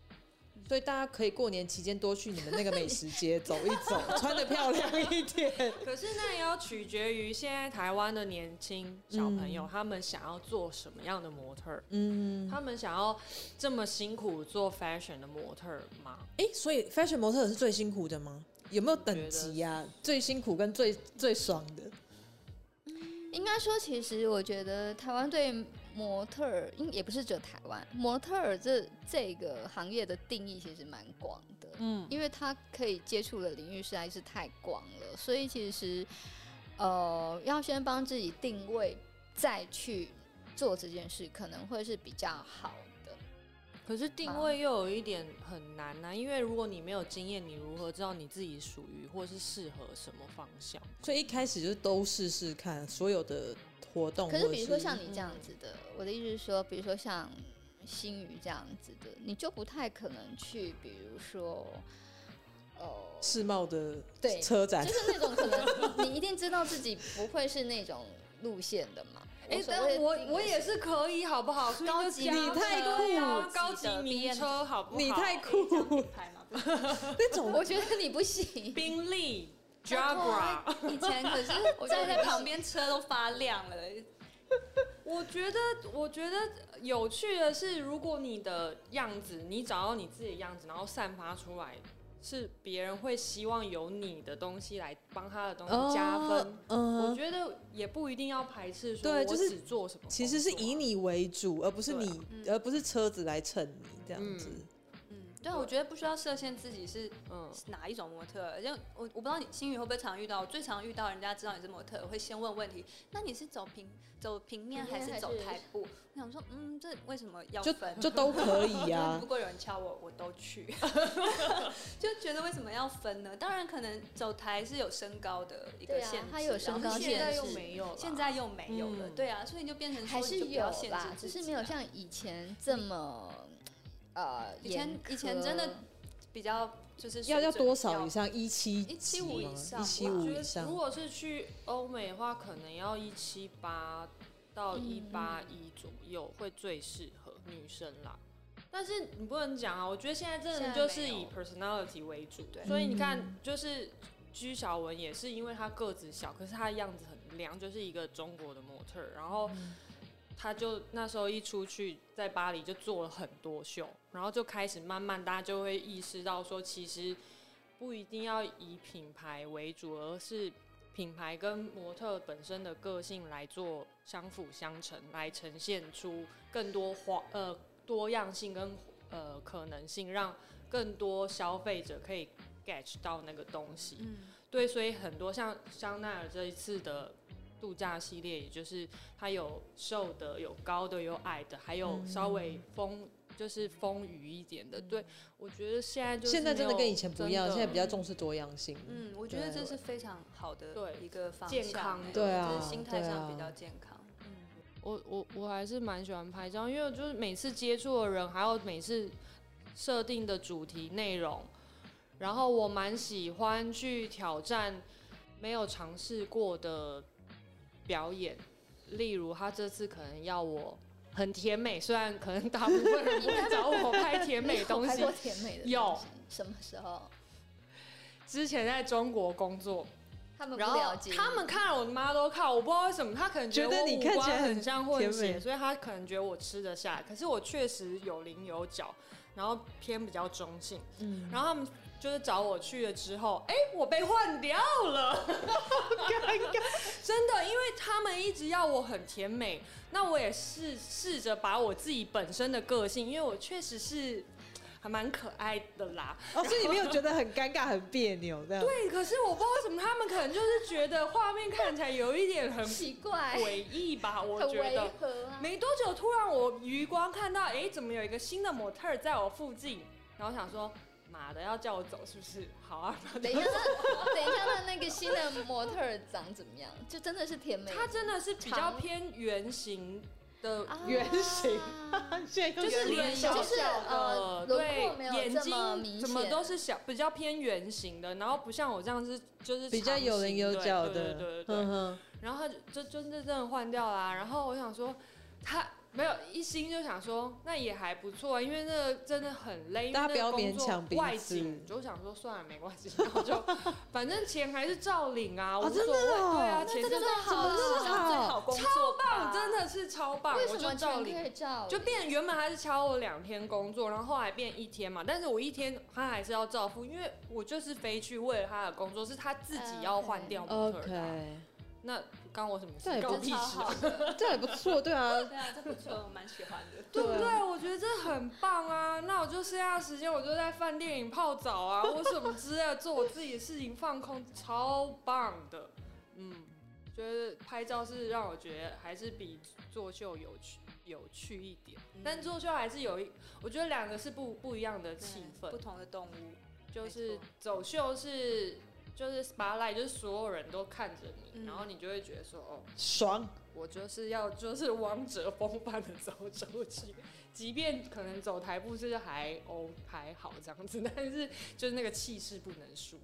[SPEAKER 1] 所以大家可以过年期间多去你们那个美食街走一走，穿的漂亮一点。
[SPEAKER 3] 可是那也要取决于现在台湾的年轻小朋友，他们想要做什么样的模特儿？
[SPEAKER 1] 嗯，
[SPEAKER 3] 他们想要这么辛苦做 fashion 的模特儿吗？
[SPEAKER 1] 哎、所以 fashion 模特儿是最辛苦的吗？有没有等级呀、最辛苦跟最最爽的，
[SPEAKER 2] 应该说，其实我觉得台湾对模特儿，应也不是只有台湾，模特儿这这个行业的定义其实蛮广的，
[SPEAKER 3] 嗯，
[SPEAKER 2] 因为它可以接触的领域实在是太广了，所以其实呃，要先帮自己定位，再去做这件事，可能会是比较好的。
[SPEAKER 3] 可是定位又有一点很难呐、因为如果你没有经验，你如何知道你自己属于或是适合什么方向？
[SPEAKER 1] 所以一开始就都试试看所有的活动。
[SPEAKER 2] 可是比如说
[SPEAKER 1] 或者
[SPEAKER 2] 像你这样子的，我的意思是说，比如说像星宇这样子的，你就不太可能去，比如说。呃，
[SPEAKER 1] 世贸的
[SPEAKER 2] 对
[SPEAKER 1] 车展
[SPEAKER 2] 就，是那种可能你一定知道自己不会是那种路线的嘛。
[SPEAKER 3] 哎、
[SPEAKER 2] 所
[SPEAKER 3] 但
[SPEAKER 2] 谓的
[SPEAKER 3] 我
[SPEAKER 2] 定位
[SPEAKER 3] 我也是可以，好不好？
[SPEAKER 2] 高级
[SPEAKER 3] 所以就
[SPEAKER 2] 名
[SPEAKER 3] 加
[SPEAKER 1] 太
[SPEAKER 3] 车
[SPEAKER 1] 酷
[SPEAKER 3] 啊高
[SPEAKER 2] 高级
[SPEAKER 3] 级
[SPEAKER 2] 的
[SPEAKER 3] 名
[SPEAKER 2] BM
[SPEAKER 3] 车，好不好？
[SPEAKER 1] 你太酷，
[SPEAKER 4] 拍嘛，
[SPEAKER 1] 那种
[SPEAKER 2] 我觉得你不 行。
[SPEAKER 3] 宾利 Jaguar，
[SPEAKER 4] 以前可是
[SPEAKER 2] 我觉得
[SPEAKER 4] 站在
[SPEAKER 2] 不
[SPEAKER 4] 旁边车都发亮了，
[SPEAKER 3] 我觉得我觉得有趣的是，如果你的样子，你找到你自己的样子，然后散发出来，是别人会希望有你的东西来帮他的东西加分。
[SPEAKER 1] 哦嗯
[SPEAKER 3] 我觉得也不一定要排斥说，
[SPEAKER 1] 对
[SPEAKER 3] 我
[SPEAKER 1] 就是
[SPEAKER 3] 只做什么工作啊、
[SPEAKER 1] 其实是以你为主，而不是
[SPEAKER 3] 对啊
[SPEAKER 1] 你，而不是车子来衬你这样子。
[SPEAKER 4] 嗯，对，我觉得不需要设限自己是
[SPEAKER 3] 嗯，
[SPEAKER 4] 哪一种模特儿，因为我我不知道你星宇会不会常遇到，我最常遇到人家知道你是模特儿，会先问问题，那你是走平走平面
[SPEAKER 2] 平面
[SPEAKER 4] 还是
[SPEAKER 2] 还
[SPEAKER 4] 走
[SPEAKER 2] 是
[SPEAKER 4] 台步？我想说，嗯，这为什么要
[SPEAKER 1] 就
[SPEAKER 4] 分？
[SPEAKER 3] 嗯
[SPEAKER 1] 就都可以啊呀、
[SPEAKER 4] 哦 如果有人敲我，我都 去，就觉得为什么要分呢？当然，可能走台是有身高的一个
[SPEAKER 2] 对啊
[SPEAKER 4] 限制，
[SPEAKER 2] 它有身
[SPEAKER 4] 然后
[SPEAKER 2] 高
[SPEAKER 4] 现
[SPEAKER 2] 限
[SPEAKER 4] 在
[SPEAKER 2] 制
[SPEAKER 4] 又没
[SPEAKER 3] 没有啦
[SPEAKER 4] 现在又没有了，
[SPEAKER 3] 嗯
[SPEAKER 4] 对啊，所以就变成说
[SPEAKER 2] 还是
[SPEAKER 4] 你就不要
[SPEAKER 2] 有
[SPEAKER 4] 限制
[SPEAKER 2] 啦，
[SPEAKER 4] 自
[SPEAKER 2] 只
[SPEAKER 4] 己啊
[SPEAKER 2] 是没有
[SPEAKER 4] 啦
[SPEAKER 2] 像以前这么呃
[SPEAKER 4] 以前
[SPEAKER 2] 严
[SPEAKER 4] 以前
[SPEAKER 2] 苛
[SPEAKER 4] 真的比较就是
[SPEAKER 1] 要
[SPEAKER 4] 水
[SPEAKER 1] 要
[SPEAKER 4] 准
[SPEAKER 1] 多
[SPEAKER 4] 比较
[SPEAKER 1] 少以上？一七
[SPEAKER 4] 一七五以上
[SPEAKER 1] 一七
[SPEAKER 4] 我
[SPEAKER 1] 五
[SPEAKER 3] 觉
[SPEAKER 1] 以
[SPEAKER 3] 得
[SPEAKER 1] 上
[SPEAKER 3] 如。果是去欧美的话，可能要一七八到一八一左
[SPEAKER 1] 嗯
[SPEAKER 3] 右会最适合女生啦。但是你不能讲啊，我觉得现在真的
[SPEAKER 4] 现在
[SPEAKER 3] 就是
[SPEAKER 4] 没有
[SPEAKER 3] 以 personality 为主，
[SPEAKER 4] 对
[SPEAKER 3] 所以你看，就是居小文也是因为她个子小，可是她的样子很亮，就是一个中国的模特儿，然后。她就那时候一出去，在巴黎就做了很多秀，然后就开始慢慢大家就会意识到说，其实不一定要以品牌为主，而是品牌跟模特本身的个性来做相辅相成，来呈现出更多花呃多样性跟呃可能性，让更多消费者可以 get 到那个东西。
[SPEAKER 4] 嗯。
[SPEAKER 3] 对，所以很多像香奈儿这一次的度假系列，也就是它有瘦的、有高的、有矮的，还有稍微
[SPEAKER 1] 嗯
[SPEAKER 3] 风、就是丰腴一点的。对，我觉得现在就是
[SPEAKER 1] 现在真的
[SPEAKER 3] 没有
[SPEAKER 1] 跟以前不一样，
[SPEAKER 3] 真
[SPEAKER 1] 现
[SPEAKER 3] 的
[SPEAKER 1] 在比较重视多样性。
[SPEAKER 4] 嗯，我觉得这
[SPEAKER 1] 对
[SPEAKER 4] 是非常好的
[SPEAKER 3] 对
[SPEAKER 4] 一个方向
[SPEAKER 3] 健
[SPEAKER 4] 欸，
[SPEAKER 3] 康的
[SPEAKER 1] 对啊
[SPEAKER 4] 就是心态
[SPEAKER 1] 对
[SPEAKER 4] 上
[SPEAKER 1] 啊
[SPEAKER 4] 比较健康。嗯，
[SPEAKER 3] 我我我还是蛮喜欢拍照，因为就是每次接触的人，还有每次设定的主题内容，然后我蛮喜欢去挑战没有尝试过的表演，例如他这次可能要我很甜美，虽然可能大部分人不会找我拍甜
[SPEAKER 2] 你
[SPEAKER 3] 美
[SPEAKER 2] 有
[SPEAKER 3] 东
[SPEAKER 2] 拍
[SPEAKER 3] 西
[SPEAKER 2] 过，甜美的东
[SPEAKER 3] 有
[SPEAKER 2] 西什么时候
[SPEAKER 3] 之前在中国工作，
[SPEAKER 2] 他们不
[SPEAKER 3] 然后
[SPEAKER 2] 了解你，
[SPEAKER 3] 他们看了我的妈都看，我不知道为什么，他可能
[SPEAKER 1] 觉得
[SPEAKER 3] 我
[SPEAKER 1] 你
[SPEAKER 3] 五
[SPEAKER 1] 看起
[SPEAKER 3] 官
[SPEAKER 1] 来很
[SPEAKER 3] 很像混
[SPEAKER 1] 甜
[SPEAKER 3] 血，
[SPEAKER 1] 美
[SPEAKER 3] 所以他可能觉得我吃得下。可是我确实有棱有角，然后偏比较中性。
[SPEAKER 1] 嗯，
[SPEAKER 3] 然后他们 就是找我去了之后，哎、我被换掉了，好尴尬。所真的，因为他们一直要我很甜美，那我也试试着把我自己本身的个性，因为我确实是还蛮可爱的啦。
[SPEAKER 6] 哦，所以你没有觉得很尴尬、很别扭
[SPEAKER 1] 嗯
[SPEAKER 6] 这样？
[SPEAKER 3] 对，可是我不知道为什么，他们可能就是觉得画面看起来有一点很
[SPEAKER 2] 奇怪，
[SPEAKER 3] 诡异吧，我
[SPEAKER 2] 很
[SPEAKER 3] 觉
[SPEAKER 2] 违
[SPEAKER 3] 得。
[SPEAKER 2] 和啊。
[SPEAKER 3] 没多久，突然我余光看到，哎，怎么有一个新的模特儿在我附近？然后想说，妈的，要叫我走是不是？好啊，
[SPEAKER 2] 等 一下，那等一下，那那个新的模特儿长怎么样？就真的是甜美
[SPEAKER 3] 她真的是比较
[SPEAKER 2] 长
[SPEAKER 3] 偏圆形的，
[SPEAKER 2] 啊
[SPEAKER 6] 原型
[SPEAKER 1] 啊
[SPEAKER 6] 啊 现在
[SPEAKER 3] 就
[SPEAKER 6] 又
[SPEAKER 3] 是脸小
[SPEAKER 2] 就是
[SPEAKER 3] 小
[SPEAKER 2] 呃
[SPEAKER 3] 的，
[SPEAKER 2] 轮
[SPEAKER 3] 对
[SPEAKER 2] 廓没，有
[SPEAKER 3] 眼
[SPEAKER 2] 这
[SPEAKER 3] 睛
[SPEAKER 2] 么明
[SPEAKER 3] 怎么
[SPEAKER 2] 显
[SPEAKER 3] 都是小，比较偏圆形的，然后不像我这样是就是
[SPEAKER 6] 比较
[SPEAKER 3] 长
[SPEAKER 6] 有棱
[SPEAKER 3] 形
[SPEAKER 6] 有
[SPEAKER 3] 对
[SPEAKER 6] 角
[SPEAKER 3] 对
[SPEAKER 6] 的，
[SPEAKER 3] 对对对对
[SPEAKER 6] 嗯哼，
[SPEAKER 3] 然后他就就真真正换掉啦、然后我想说，他没有一心就想说，那也还不错、啊，因为那个真的很累。因为
[SPEAKER 6] 大家
[SPEAKER 3] 那
[SPEAKER 6] 不要
[SPEAKER 3] 个工
[SPEAKER 6] 勉
[SPEAKER 3] 作
[SPEAKER 6] 强彼
[SPEAKER 3] 外
[SPEAKER 6] 此
[SPEAKER 3] 景就想说算了，没关系，然后就反正钱还是照领啊，无
[SPEAKER 6] 哦真
[SPEAKER 3] 所
[SPEAKER 6] 的
[SPEAKER 3] 谓。
[SPEAKER 6] 哦
[SPEAKER 3] 对啊，
[SPEAKER 2] 那
[SPEAKER 3] 钱
[SPEAKER 2] 这
[SPEAKER 3] 就
[SPEAKER 2] 个
[SPEAKER 3] 照
[SPEAKER 2] 最好
[SPEAKER 3] 领
[SPEAKER 2] 了
[SPEAKER 5] 史上最好工作吧，
[SPEAKER 3] 棒，真的是超棒，
[SPEAKER 2] 为
[SPEAKER 3] 我
[SPEAKER 2] 什
[SPEAKER 3] 就
[SPEAKER 2] 么
[SPEAKER 3] 照
[SPEAKER 2] 全
[SPEAKER 3] 领。
[SPEAKER 2] 可以照？
[SPEAKER 3] 就变原本他是敲我两天工作，然后后来变一天嘛，但是我一天他还是要照付，因为我就是飞去为了他的工作，是他自己要换掉模特儿的啊
[SPEAKER 6] OK，
[SPEAKER 3] 那关我什么事
[SPEAKER 6] 这？也
[SPEAKER 3] 关
[SPEAKER 6] 不
[SPEAKER 3] 我屁
[SPEAKER 5] 超
[SPEAKER 3] 事啊！
[SPEAKER 5] 好的，
[SPEAKER 6] 这还不错，对啊，
[SPEAKER 5] 对啊，这不错，我蛮喜欢的。
[SPEAKER 3] 对不
[SPEAKER 6] 对
[SPEAKER 3] 对？我觉得这很棒啊！那我就剩下的时间，我就在饭店里泡 澡啊，或什么之类的，做我自己的事情，放空，超棒的。嗯，觉得拍照是让我觉得还是比作秀有趣有趣一点，
[SPEAKER 5] 嗯
[SPEAKER 3] 但作秀还是有一，我觉得两个是不不一样的气
[SPEAKER 5] 对
[SPEAKER 3] 氛
[SPEAKER 5] 不，同的动物，
[SPEAKER 3] 就
[SPEAKER 5] 没
[SPEAKER 3] 是
[SPEAKER 5] 错
[SPEAKER 3] 走秀是。就是 spotlight，就是所有人都看着你，
[SPEAKER 5] 嗯
[SPEAKER 3] 然后你就会觉得说，哦，
[SPEAKER 6] 爽，
[SPEAKER 3] 我就是要就是王者风范的走周期，即便可能走台步是还哦还好这样子，但是就是那个气势不能输。